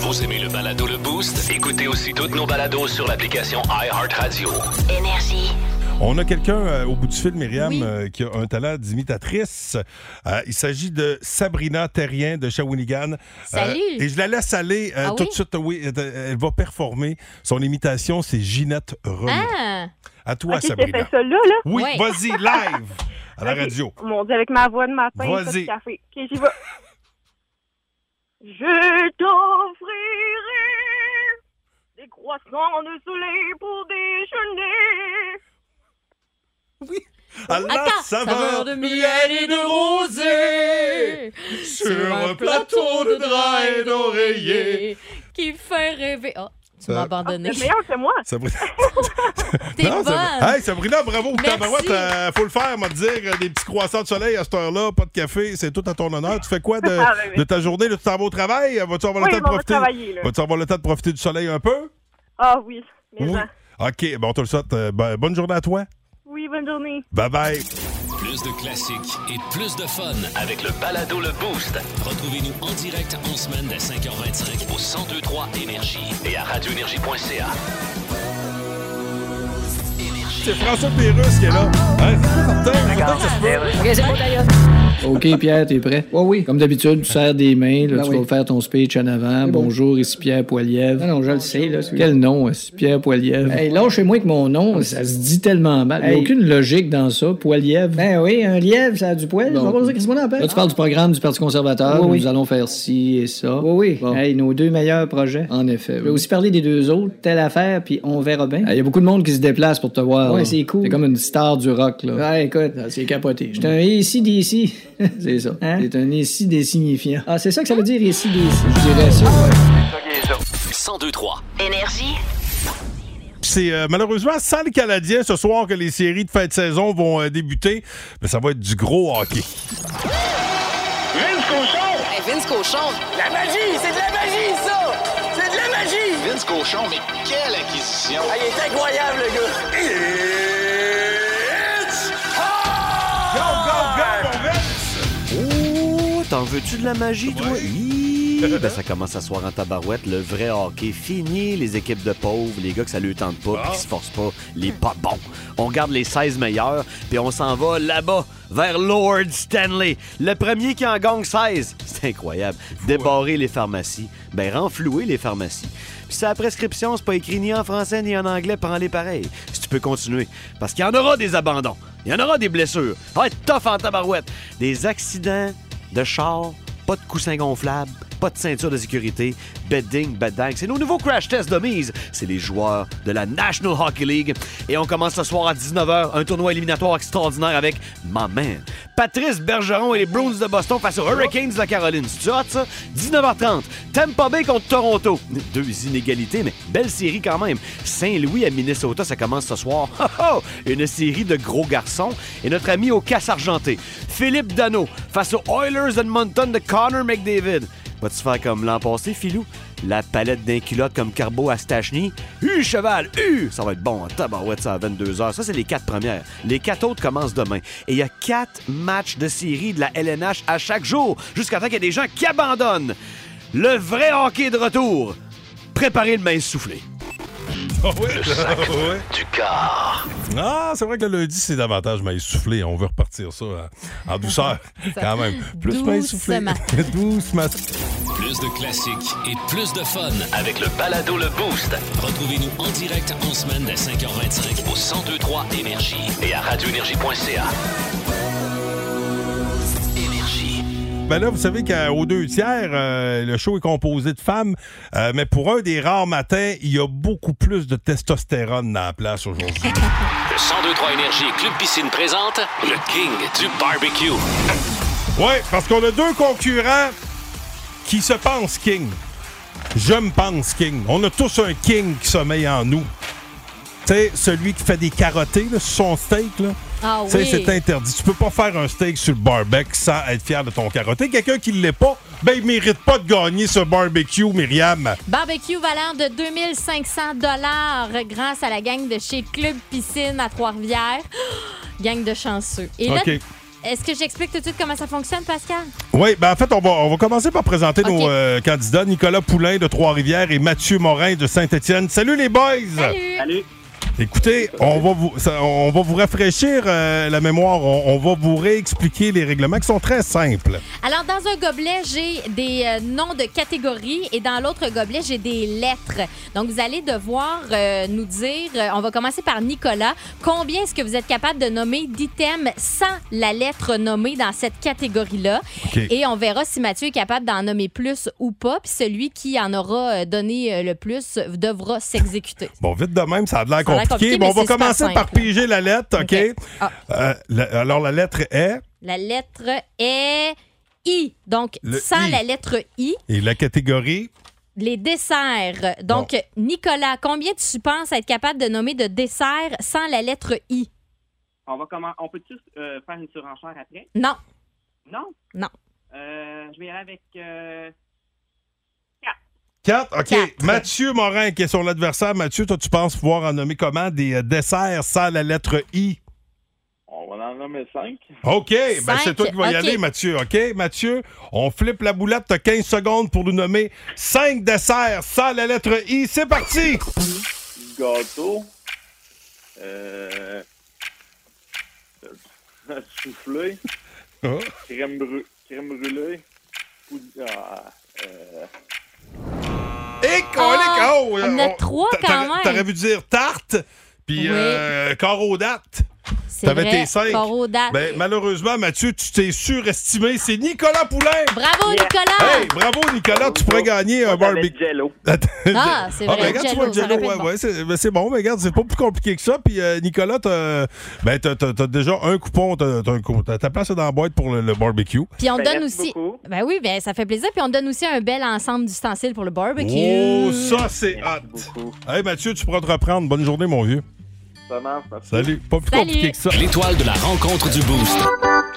[SPEAKER 2] Vous aimez le balado Le Boost? Écoutez aussi toutes nos balados sur l'application iHeartRadio.
[SPEAKER 8] Énergie.
[SPEAKER 3] On a quelqu'un euh, au bout du fil, Myriam, euh, qui a un talent d'imitatrice. Euh, il s'agit de Sabrina Terrien de Shawinigan.
[SPEAKER 7] Salut!
[SPEAKER 3] euh, et je la laisse aller euh,
[SPEAKER 7] Ah
[SPEAKER 3] tout
[SPEAKER 7] oui?
[SPEAKER 3] de suite. Oui, elle- elle va performer. Son imitation, c'est Ginette Renaud.
[SPEAKER 7] Ah!
[SPEAKER 3] À toi,
[SPEAKER 12] Ok, j'ai
[SPEAKER 3] Sabrina.
[SPEAKER 12] fait ça là, là?
[SPEAKER 3] Oui,
[SPEAKER 12] Hein? Ouais.
[SPEAKER 3] vas-y, live, à la radio.
[SPEAKER 12] Mon Dieu, avec ma voix de matin,
[SPEAKER 3] Vas-y.
[SPEAKER 12] pas de café. OK, j'y vais. Je t'offrirai des croissants de soleil pour déjeuner.
[SPEAKER 3] À la
[SPEAKER 12] Attends,
[SPEAKER 3] saveur
[SPEAKER 12] saveur
[SPEAKER 3] de
[SPEAKER 12] miel et de rosée,
[SPEAKER 3] sur un plateau de drap et d'oreiller.
[SPEAKER 7] Qui fait rêver. Oh, tu
[SPEAKER 3] Ça-
[SPEAKER 7] m'as abandonné.
[SPEAKER 3] Ah, c'est
[SPEAKER 12] meilleur que moi.
[SPEAKER 3] Sabrina.
[SPEAKER 7] T'es
[SPEAKER 3] Non, Sabrina-
[SPEAKER 7] bonne.
[SPEAKER 3] Hey, Sabrina, bravo.
[SPEAKER 7] Merci.
[SPEAKER 3] Tabarouette, euh, faut le faire, m'a dire. euh, Des petits croissants de soleil à cette heure-là, pas de café, c'est tout à ton honneur. Tu fais quoi de,
[SPEAKER 12] Ah, ben oui.
[SPEAKER 3] de ta journée? Là, tu t'en vas au travail? Euh, Vas-tu avoir le
[SPEAKER 12] Oui,
[SPEAKER 3] temps de
[SPEAKER 12] je m'en vais
[SPEAKER 3] profiter?
[SPEAKER 12] travailler, là.
[SPEAKER 3] Vas-tu avoir le temps de profiter du soleil un peu?
[SPEAKER 12] Ah oui, mais
[SPEAKER 3] Oui.
[SPEAKER 12] ça.
[SPEAKER 3] OK, bon, on te le souhaite. Euh, ben, bonne journée à toi.
[SPEAKER 12] Oui, bonne journée.
[SPEAKER 3] Bye bye.
[SPEAKER 2] Plus de classiques et plus de fun avec le balado Le Boost. Retrouvez-nous en direct en semaine dès 5h25 au 1023 Énergie et à radioénergie.ca.
[SPEAKER 3] C'est François Pérus qui est là. Hein, c'est pas
[SPEAKER 12] Ah,
[SPEAKER 3] certain, certain que ça se peut.
[SPEAKER 5] OK, Pierre, t'es prêt? Oui, oui. Ben Comme d'habitude, tu serres des mains, là, tu vas faire ton speech en avant. Bonjour, ici Pierre Poilievre. Non, non, je le sais, là. Quel nom, ici Pierre Poilievre? Hey, lâchez-moi que mon nom, ça se dit tellement mal. Il n'y a
[SPEAKER 13] Hey.
[SPEAKER 5] aucune logique dans ça, Poilievre. Ben oui, un lièvre, ça a du poil.
[SPEAKER 13] Je vois pas ça, qu'est-ce qu'on appelle?
[SPEAKER 5] Là, tu parles du programme du Parti conservateur.
[SPEAKER 13] Oui, oui.
[SPEAKER 5] Nous allons faire ci et ça. Oui, oui. nos deux meilleurs projets. En effet. Je vais aussi parler des deux autres, telle affaire, puis on verra bien. Il y a beaucoup de monde qui se déplace pour te voir.
[SPEAKER 13] Ouais,
[SPEAKER 5] là.
[SPEAKER 13] c'est cool.
[SPEAKER 5] T'es comme une star du rock, là.
[SPEAKER 13] Ouais,
[SPEAKER 5] écoute, c'est capoté. J'étais un ici d'ici. c'est ça. C'est un ici désignifiant. Hein? Ah, c'est ça que ça veut dire ici d'ici. Je dirais ça.
[SPEAKER 2] 1023.
[SPEAKER 8] Énergie.
[SPEAKER 3] C'est euh, malheureusement sans le Canadien ce soir que les séries de fin de saison vont euh, débuter. Mais ça va être du gros hockey.
[SPEAKER 14] Vince Cochon! Vince Cochon! La magie! C'est de la magie, ça! C'est de la magie! Vince Cochon, mais quelle acquisition! il est incroyable, le gars! It's
[SPEAKER 3] Go, go, go, mon
[SPEAKER 15] Oh, t'en veux-tu de la magie, toi? Hi,
[SPEAKER 13] oui, ben ça commence à soir en tabarouette. Le vrai hockey, fini les équipes de pauvres, les gars que ça ne tente pas, puis qui se forcent pas, les pas bons. On garde les 16 meilleurs, puis on s'en va là-bas, vers Lord Stanley. Le premier qui en gagne 16, c'est incroyable. Débarrer les pharmacies, ben renflouer les pharmacies. Puis sa prescription, c'est pas écrit ni en français ni en anglais, prends-les pareil. Si tu peux continuer, parce qu'il y en aura des abandons, il y en aura des blessures. Ça va être tough en tabarouette. Des accidents de char, pas de coussin gonflable, pas de ceinture de sécurité, bedding, bedding. C'est nos nouveaux crash tests de mise. C'est les joueurs de la National Hockey League. Et on commence ce soir à 19h, un tournoi éliminatoire extraordinaire avec ma man. Patrice Bergeron et les Bruins de Boston face aux Hurricanes de la Caroline. C'est hot, ça? 19h30, Tampa Bay contre Toronto. Deux inégalités, mais belle série quand même. Saint-Louis à Minnesota, ça commence ce soir. Oh, oh! Une série de gros garçons. Et notre ami au casse argenté, Philippe Dano, face aux Oilers d'Edmonton de Connor McDavid. Vas-tu faire comme l'an passé, Filou? La palette d'un culotte comme Carbo à Stachny. U cheval, U! Ça va être bon, en tabarouette, ça à 22h. Ça, c'est les quatre premières. Les quatre autres commencent demain. Et il y a quatre matchs de série de la LNH à chaque jour, jusqu'à temps qu'il y ait des gens qui abandonnent. Le vrai hockey est de retour. Préparez le main soufflé.
[SPEAKER 3] Le sacre
[SPEAKER 13] du corps.
[SPEAKER 3] Ah, c'est vrai que le lundi, c'est davantage mais soufflé. On veut repartir ça euh, en douceur, quand même. Plus mais soufflé.
[SPEAKER 7] Doucement.
[SPEAKER 3] Doucement.
[SPEAKER 2] Plus de classiques et plus de fun avec le balado Le Boost. Retrouvez-nous en direct en semaine dès 5h25 au 1023 Énergie et à radioénergie.ca.
[SPEAKER 3] Ben là, vous savez qu'aux deux tiers, euh, le show est composé de femmes, euh, mais pour un des rares matins, il y a beaucoup plus de testostérone dans la place aujourd'hui.
[SPEAKER 2] Le 1023 Énergie et Club Piscine présente le King du barbecue.
[SPEAKER 3] Oui, parce qu'on a deux concurrents qui se pensent king. Je me pense king. On a tous un king qui sommeille en nous. Tu sais, celui qui fait des carottés là, sur son steak, là.
[SPEAKER 7] Ah
[SPEAKER 3] Tu sais,
[SPEAKER 7] oui.
[SPEAKER 3] C'est interdit. Tu peux pas faire un steak sur le barbecue sans être fier de ton carotté. Quelqu'un qui ne l'est pas, ben il mérite pas de gagner ce barbecue, Myriam.
[SPEAKER 7] Barbecue valant de 2500 dollars grâce à la gang de chez Club Piscine à Trois-Rivières. Gang de chanceux. Et là,
[SPEAKER 3] OK.
[SPEAKER 7] est-ce que j'explique tout de suite comment ça fonctionne, Pascal?
[SPEAKER 3] Oui, ben en fait, on va, on va commencer par présenter nos euh, candidats, Nicolas Poulain de Trois-Rivières et Mathieu Morin de Saint-Étienne. Salut les boys!
[SPEAKER 4] Salut.
[SPEAKER 3] Écoutez, on va vous, ça- on va vous rafraîchir euh, la mémoire, on, on va vous réexpliquer les règlements qui sont très simples.
[SPEAKER 7] Alors, dans un gobelet, j'ai des euh, noms de catégories et dans l'autre gobelet, j'ai des lettres. Donc, vous allez devoir euh, nous dire, euh, on va commencer par Nicolas, combien est-ce que vous êtes capable de nommer d'items sans la lettre nommée dans cette catégorie-là?
[SPEAKER 15] OK.
[SPEAKER 7] Et on verra si Mathieu est capable d'en nommer plus ou pas. Puis celui qui en aura euh, donné euh, le plus devra s'exécuter.
[SPEAKER 3] Bon, vite de même, ça a de l'air
[SPEAKER 7] Ça a l'air compliqué,
[SPEAKER 3] compliqué. Bon,
[SPEAKER 7] mais
[SPEAKER 3] on va
[SPEAKER 7] c'est super
[SPEAKER 3] commencer
[SPEAKER 7] simple. Ah.
[SPEAKER 3] par piger la lettre, OK? Euh, la- alors, la lettre est
[SPEAKER 7] La lettre est I. Donc,
[SPEAKER 3] Le
[SPEAKER 7] sans
[SPEAKER 3] I.
[SPEAKER 7] la lettre I.
[SPEAKER 3] et la catégorie.
[SPEAKER 7] Les desserts. Donc, Nicolas, combien tu penses être capable de nommer de desserts sans la lettre I?
[SPEAKER 16] On va comment On peut-tu euh, faire une surenchère après?
[SPEAKER 7] Non.
[SPEAKER 16] Non?
[SPEAKER 7] Non.
[SPEAKER 16] Euh, je vais y aller avec. euh,
[SPEAKER 3] 4, OK. Mathieu Morin, qui est son adversaire. Mathieu, toi, tu penses pouvoir en nommer comment des euh, desserts sans la lettre I?
[SPEAKER 17] On va en nommer cinq.
[SPEAKER 3] OK, ben
[SPEAKER 17] Cinq,
[SPEAKER 3] c'est toi qui vas y
[SPEAKER 17] OK.
[SPEAKER 3] aller, Mathieu. OK, Mathieu, on flippe la boulette. T'as 15 secondes pour nous nommer 5 desserts sans la lettre I. C'est parti!
[SPEAKER 17] Gâteau. Euh. euh, Soufflé.
[SPEAKER 3] Ah.
[SPEAKER 17] Crème, bru- crème brûlée. poud- ah, euh,
[SPEAKER 3] Et
[SPEAKER 17] Ah,
[SPEAKER 3] oh,
[SPEAKER 17] on en a trois
[SPEAKER 3] t'a-
[SPEAKER 17] quand
[SPEAKER 3] t'aurais-
[SPEAKER 17] même.
[SPEAKER 3] T'aurais pu dire tarte, puis
[SPEAKER 7] Oui.
[SPEAKER 3] euh, carreau date.
[SPEAKER 7] C'est
[SPEAKER 3] T'avais
[SPEAKER 7] vrai,
[SPEAKER 3] tes cinq.
[SPEAKER 7] carreau
[SPEAKER 17] Ah,
[SPEAKER 7] date.
[SPEAKER 3] Ben, malheureusement, Mathieu, tu t'es surestimé. C'est Nicolas Poulain.
[SPEAKER 7] Bravo, Yeah. Nicolas.
[SPEAKER 3] Hey, bravo, Nicolas. Tu pourrais gagner un barbecue.
[SPEAKER 17] Jello.
[SPEAKER 7] Ah, c'est vrai,
[SPEAKER 3] ben, regarde, tu vois, le
[SPEAKER 7] Jell-O, ça
[SPEAKER 3] Jell-O,
[SPEAKER 7] aurait pu
[SPEAKER 3] ouais,
[SPEAKER 7] être
[SPEAKER 3] ouais, c'est ben, c'est bon. Mais regarde, c'est pas plus compliqué que ça. Puis, euh, Nicolas, t'as ben, t'as- t'as- t'as déjà un coupon. t'as- t'as un coup- t'as- Ta place est dans la boîte pour le, le barbecue.
[SPEAKER 7] Puis on donne aussi. Ben oui, ben ça fait plaisir. Puis on donne aussi un bel ensemble d'ustensiles pour le barbecue.
[SPEAKER 3] Oh, ça, c'est hot. Hey, Mathieu, tu pourras te reprendre. Bonne journée, mon vieux.
[SPEAKER 17] Ça marche, merci.
[SPEAKER 3] Salut. Pas plus
[SPEAKER 7] Salut.
[SPEAKER 3] compliqué que ça.
[SPEAKER 2] L'étoile de la rencontre du Boost.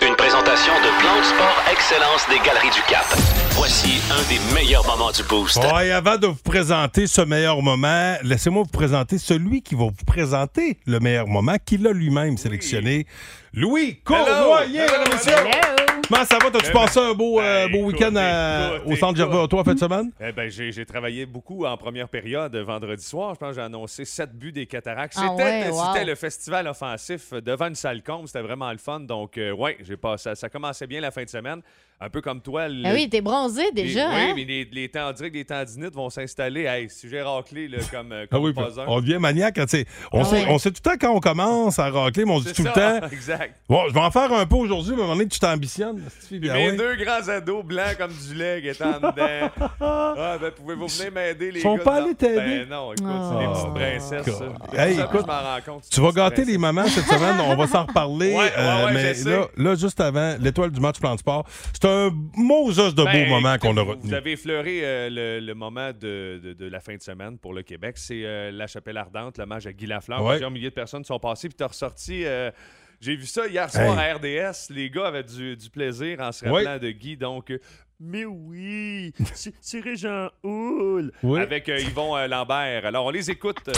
[SPEAKER 2] Une présentation de Plan de Sport Excellence des Galeries du Cap. Voici un des meilleurs moments du Boost.
[SPEAKER 3] Ouais, avant de vous présenter ce meilleur moment, laissez-moi vous présenter celui qui va vous présenter le meilleur moment, qu'il a lui-même sélectionné. Louis Cournoyer,
[SPEAKER 18] Hello.
[SPEAKER 3] mesdames et messieurs. Comment ça va? T'as-tu
[SPEAKER 15] Eh
[SPEAKER 3] passé
[SPEAKER 15] ben,
[SPEAKER 3] un beau, euh,
[SPEAKER 15] ben,
[SPEAKER 3] beau
[SPEAKER 15] écoute,
[SPEAKER 3] week-end à-
[SPEAKER 15] écoute,
[SPEAKER 3] au centre
[SPEAKER 15] écoute.
[SPEAKER 3] Gervais toi, fin de semaine?
[SPEAKER 15] Eh ben, j'ai j'ai travaillé beaucoup en première période vendredi soir. Je pense que j'ai annoncé sept buts des cataractes.
[SPEAKER 18] Ah
[SPEAKER 15] C'était
[SPEAKER 18] ouais, wow.
[SPEAKER 15] c'était le festival offensif devant une salle comble. C'était vraiment le fun. Donc, euh, ouais, j'ai passé. Ça commençait bien la fin de semaine. Un peu comme toi. le-
[SPEAKER 7] Ben
[SPEAKER 18] Ah oui, t'es bronzé
[SPEAKER 15] les-
[SPEAKER 18] déjà,
[SPEAKER 15] oui,
[SPEAKER 3] Eh
[SPEAKER 18] hein?
[SPEAKER 15] mais les, les temps, on dirait que les tendinites vont s'installer. Hey, sujet raclé, là, comme, euh,
[SPEAKER 3] Ah
[SPEAKER 15] comme
[SPEAKER 3] oui,
[SPEAKER 15] pas
[SPEAKER 3] puis
[SPEAKER 15] un.
[SPEAKER 3] on devient maniaque. hein, tu sais. on,
[SPEAKER 15] Ah
[SPEAKER 3] sait,
[SPEAKER 15] ouais.
[SPEAKER 3] on sait tout le temps quand on commence à racler, mais on dit
[SPEAKER 15] C'est
[SPEAKER 3] tout
[SPEAKER 15] ça,
[SPEAKER 3] le temps.
[SPEAKER 15] exact.
[SPEAKER 3] Bon, je vais en faire un peu aujourd'hui, mais à un moment donné, tu t'ambitionnes. c'est-tu,
[SPEAKER 15] Mes
[SPEAKER 3] ben ouais.
[SPEAKER 15] deux grands ados blancs comme du lait qui étaient en dedans. Ah, ben, pouvez-vous venir m'aider, les
[SPEAKER 3] Ils sont
[SPEAKER 15] gars?
[SPEAKER 3] pas
[SPEAKER 15] Non.
[SPEAKER 3] allés t'aider?
[SPEAKER 15] Ben non, écoute, c'est des
[SPEAKER 3] Oh,
[SPEAKER 15] petites princesses, ça.
[SPEAKER 3] God.
[SPEAKER 15] Des
[SPEAKER 3] Hey,
[SPEAKER 15] petites
[SPEAKER 3] écoute,
[SPEAKER 15] princesses, je m'en rends compte.
[SPEAKER 3] Tu vas gâter les mamans cette semaine, on va s'en reparler.
[SPEAKER 15] Ouais, ouais,
[SPEAKER 3] euh,
[SPEAKER 15] ouais,
[SPEAKER 3] mais
[SPEAKER 15] je sais.
[SPEAKER 3] là, là, juste avant, l'étoile du match plan de sport, c'est un Moses de
[SPEAKER 15] Ben,
[SPEAKER 3] beau moment
[SPEAKER 15] écoutez,
[SPEAKER 3] qu'on a
[SPEAKER 15] vous-
[SPEAKER 3] retenu.
[SPEAKER 15] Vous avez effleuré euh, le, le moment de, de- de la fin de semaine pour le Québec. C'est euh, la chapelle ardente, l'hommage à Guy Lafleur.
[SPEAKER 3] Ah Ouais.
[SPEAKER 15] Plusieurs milliers de personnes sont passées, puis t'as ressorti... euh, j'ai vu ça hier soir à RDS. Les gars avaient du, du plaisir en se
[SPEAKER 3] Ouais.
[SPEAKER 15] rappelant de Guy. Donc, euh, mais oui, c'est- c'est Régent Houle.
[SPEAKER 3] Oui.
[SPEAKER 15] Avec euh, Yvon euh, Lambert. Alors, on les écoute. euh.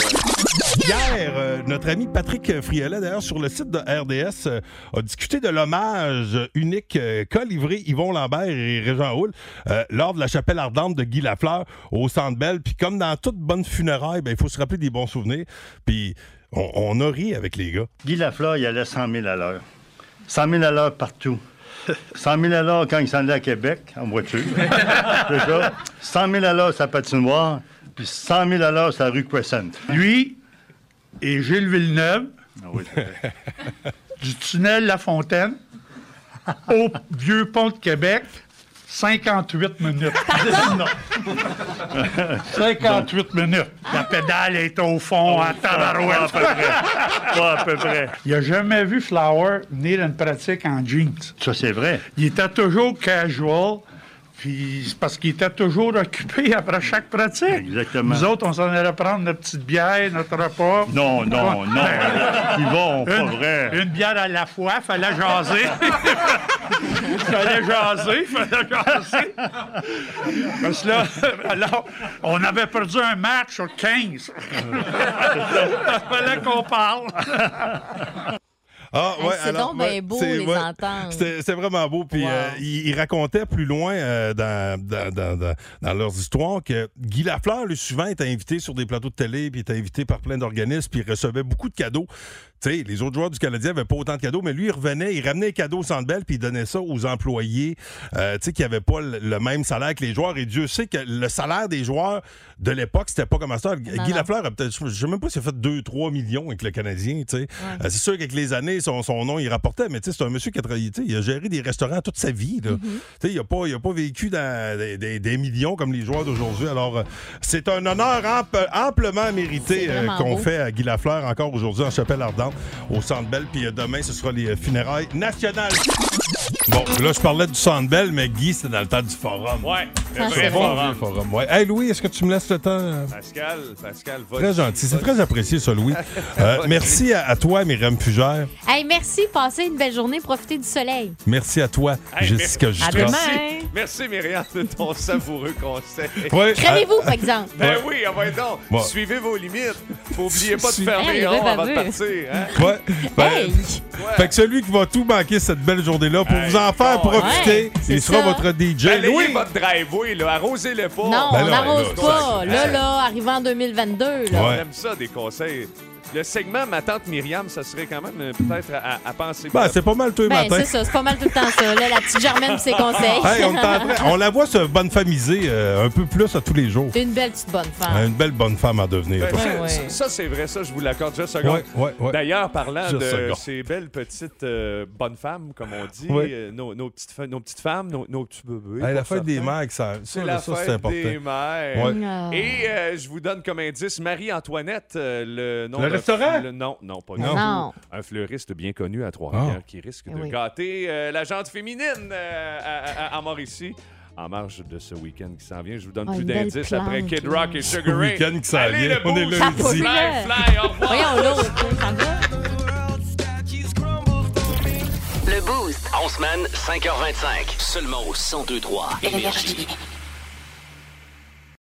[SPEAKER 3] Hier, euh, notre ami Patrick Friolet, d'ailleurs, sur le site de RDS, euh, a discuté de l'hommage unique euh, qu'a livré Yvon Lambert et Régent Houle euh, lors de la chapelle ardente de Guy Lafleur au Centre Bell. Puis comme dans toute bonne funéraille, ben, il faut se rappeler des bons souvenirs. Puis on, on a ri avec les gars.
[SPEAKER 19] Guy Lafleur, il allait 100 000 à l'heure. 100 000 à l'heure partout. 100 000 à l'heure quand il s'en allait à Québec, en voiture. Déjà. 100 000 à l'heure sa patinoire, puis 100 000 à l'heure sa rue Crescent. Lui et Gilles Villeneuve, du tunnel La Fontaine, au vieux pont de Québec, 58 minutes. Non. 58 minutes. La pédale est au fond, Ah, à tabarouette.
[SPEAKER 20] Pas à peu
[SPEAKER 19] Pas à peu près. Il a jamais vu Flower venir à une pratique en jeans. Ça, c'est vrai. Il était toujours casual, puis c'est parce qu'il était toujours occupé après chaque pratique. Exactement. Nous autres, on s'en allait prendre notre petite bière, notre repas. Non,
[SPEAKER 20] non, non.
[SPEAKER 19] Ils vont,
[SPEAKER 20] pas
[SPEAKER 19] vrai. Une bière à la fois, fallait jaser. fallait jaser, fallait jaser. Parce que là, alors, on avait perdu un match sur 15. fallait qu'on parle.
[SPEAKER 3] Ah,
[SPEAKER 19] Hey,
[SPEAKER 3] ouais,
[SPEAKER 19] c'est
[SPEAKER 3] alors,
[SPEAKER 19] donc ben
[SPEAKER 3] ouais,
[SPEAKER 19] beau,
[SPEAKER 3] c'est-
[SPEAKER 19] les entendre.
[SPEAKER 3] C'était c'était vraiment beau. Puis euh, il, il racontait plus loin euh, dans, dans, dans- dans- dans leurs histoires que Guy Lafleur, lui, souvent, était invité sur des plateaux de télé, puis était invité par plein d'organismes, puis il recevait beaucoup de cadeaux. Tu sais, les autres joueurs du Canadien n'avaient pas autant de cadeaux, mais lui, il revenait, il ramenait les cadeaux au Centre Bell, puis il donnait ça aux employés, euh, tu sais, qui n'avaient pas le, le même salaire que les joueurs. Et Dieu sait que le salaire des joueurs de l'époque, c'était pas comme ça. Guy
[SPEAKER 21] non.
[SPEAKER 3] Lafleur a peut-être, je sais même pas s'il a fait 2-3 millions avec le Canadien, tu sais. Euh, C'est sûr qu'avec les années, son, son nom, il rapportait, mais tu sais, c'est un monsieur qui a travaillé, tu sais, il a géré des restaurants toute sa vie, là.
[SPEAKER 22] Mm-hmm.
[SPEAKER 3] Tu sais, il a pas, il a pas vécu dans des, des- des millions comme les joueurs d'aujourd'hui. Alors, euh, c'est un honneur ample- amplement mérité
[SPEAKER 22] C'est
[SPEAKER 3] euh,
[SPEAKER 22] vraiment
[SPEAKER 3] qu'on
[SPEAKER 22] beau.
[SPEAKER 3] fait à Guy Lafleur encore aujourd'hui en Chapelle Ardente au Centre Bell. Puis euh, demain, ce sera les euh, funérailles nationales. Bon, là, je parlais du Centre Bell, mais Guy, c'était dans le temps du forum.
[SPEAKER 15] Ouais,
[SPEAKER 3] Le
[SPEAKER 15] le vrai
[SPEAKER 3] bon
[SPEAKER 15] forum.
[SPEAKER 3] vieux forum, ouais. Hey, Louis, est-ce que tu me laisses le temps? euh,
[SPEAKER 15] Pascal, Pascal, va
[SPEAKER 3] Très gentil. C'est très apprécié, ça, Louis. Euh, merci à, à toi, Myriam Fugère.
[SPEAKER 18] Hey, merci, passez une belle journée, profitez du soleil.
[SPEAKER 3] Merci à toi,
[SPEAKER 15] Hey,
[SPEAKER 3] Jessica
[SPEAKER 15] merci.
[SPEAKER 3] Justra.
[SPEAKER 15] Merci, merci Myriam de ton savoureux conseil.
[SPEAKER 3] Ouais.
[SPEAKER 18] Crevez-vous, par exemple.
[SPEAKER 15] Ben oui, ah ben donc,
[SPEAKER 3] Ouais.
[SPEAKER 15] suivez vos limites. Faut oublier pas de
[SPEAKER 3] Suis-
[SPEAKER 15] fermer
[SPEAKER 18] Hey,
[SPEAKER 15] rond
[SPEAKER 18] baveux.
[SPEAKER 15] avant de partir. Hein?
[SPEAKER 3] Ouais. Ben, Fait que celui qui va tout manquer cette belle journée-là, pour vous en faire
[SPEAKER 15] bon,
[SPEAKER 3] profiter,
[SPEAKER 15] ouais,
[SPEAKER 3] il
[SPEAKER 15] c'est
[SPEAKER 3] sera
[SPEAKER 15] ça.
[SPEAKER 3] votre DJ.
[SPEAKER 15] Balayez
[SPEAKER 3] Louis,
[SPEAKER 15] votre driveway, là, arrosez-le pas.
[SPEAKER 18] Non,
[SPEAKER 3] Ben
[SPEAKER 18] on
[SPEAKER 3] là,
[SPEAKER 18] n'arrose
[SPEAKER 3] là,
[SPEAKER 18] pas.
[SPEAKER 3] ça-
[SPEAKER 18] Là,
[SPEAKER 3] ça-
[SPEAKER 18] là, arrivé en 2022, là.
[SPEAKER 15] J'aime ça, des conseils. Le segment Ma tante Myriam, ça serait quand même euh, peut-être à, à penser.
[SPEAKER 3] Ben, c'est pas mal tous les
[SPEAKER 18] Ben,
[SPEAKER 3] matins.
[SPEAKER 18] c'est ça, c'est pas mal tout le temps ça. Là, la petite Germaine pis ses conseils.
[SPEAKER 3] Hey, on, est en train- on la voit se bonne famiser un peu plus à tous les jours.
[SPEAKER 18] Une belle petite bonne
[SPEAKER 7] Ah.
[SPEAKER 18] femme.
[SPEAKER 3] Une belle bonne femme à devenir.
[SPEAKER 15] Ben,
[SPEAKER 3] toi.
[SPEAKER 15] ça, ça- ça, c'est vrai, ça, je vous l'accorde juste une seconde.
[SPEAKER 3] Ouais, ouais, ouais.
[SPEAKER 15] D'ailleurs, parlant
[SPEAKER 3] Juste
[SPEAKER 15] de
[SPEAKER 3] seconde.
[SPEAKER 15] ces belles petites euh, bonnes femmes, comme on dit,
[SPEAKER 3] Ouais.
[SPEAKER 15] euh, nos, nos petites, fe- nos petites femmes, nos, nos petits bébés.
[SPEAKER 3] Hey, la
[SPEAKER 15] pour
[SPEAKER 3] fête des
[SPEAKER 15] certains.
[SPEAKER 3] mères, ça, ça,
[SPEAKER 15] C'est
[SPEAKER 3] là,
[SPEAKER 15] la
[SPEAKER 3] ça, c'est
[SPEAKER 15] fête
[SPEAKER 3] important.
[SPEAKER 15] des mères.
[SPEAKER 3] Ouais.
[SPEAKER 15] Non. Et euh, je vous donne comme indice Marie-Antoinette, euh, le nom
[SPEAKER 3] Le
[SPEAKER 15] de-
[SPEAKER 3] restaurant?
[SPEAKER 15] le- non, non, pas
[SPEAKER 3] Non.
[SPEAKER 15] du
[SPEAKER 3] Non.
[SPEAKER 15] tout. Un fleuriste bien connu à Trois-Rivières qui risque de
[SPEAKER 18] oui.
[SPEAKER 15] gâter euh, la gente féminine euh, à, à- à Mauricie. En marge de ce week-end qui s'en vient, je vous donne
[SPEAKER 18] Ah,
[SPEAKER 15] plus
[SPEAKER 18] une belle
[SPEAKER 15] d'indices après
[SPEAKER 18] plante,
[SPEAKER 15] Kid
[SPEAKER 18] là.
[SPEAKER 15] Rock et
[SPEAKER 3] Ce
[SPEAKER 15] Sugar Ray.
[SPEAKER 3] week-end qui s'en
[SPEAKER 15] Allez,
[SPEAKER 3] vient.
[SPEAKER 15] le
[SPEAKER 3] On est
[SPEAKER 15] boost!
[SPEAKER 3] lundi.
[SPEAKER 15] Fly, fly, au revoir.
[SPEAKER 18] Voyons l'autre, ça me va.
[SPEAKER 2] Le Boost. En semaine, 5h25. Seulement au 102.3 Énergie.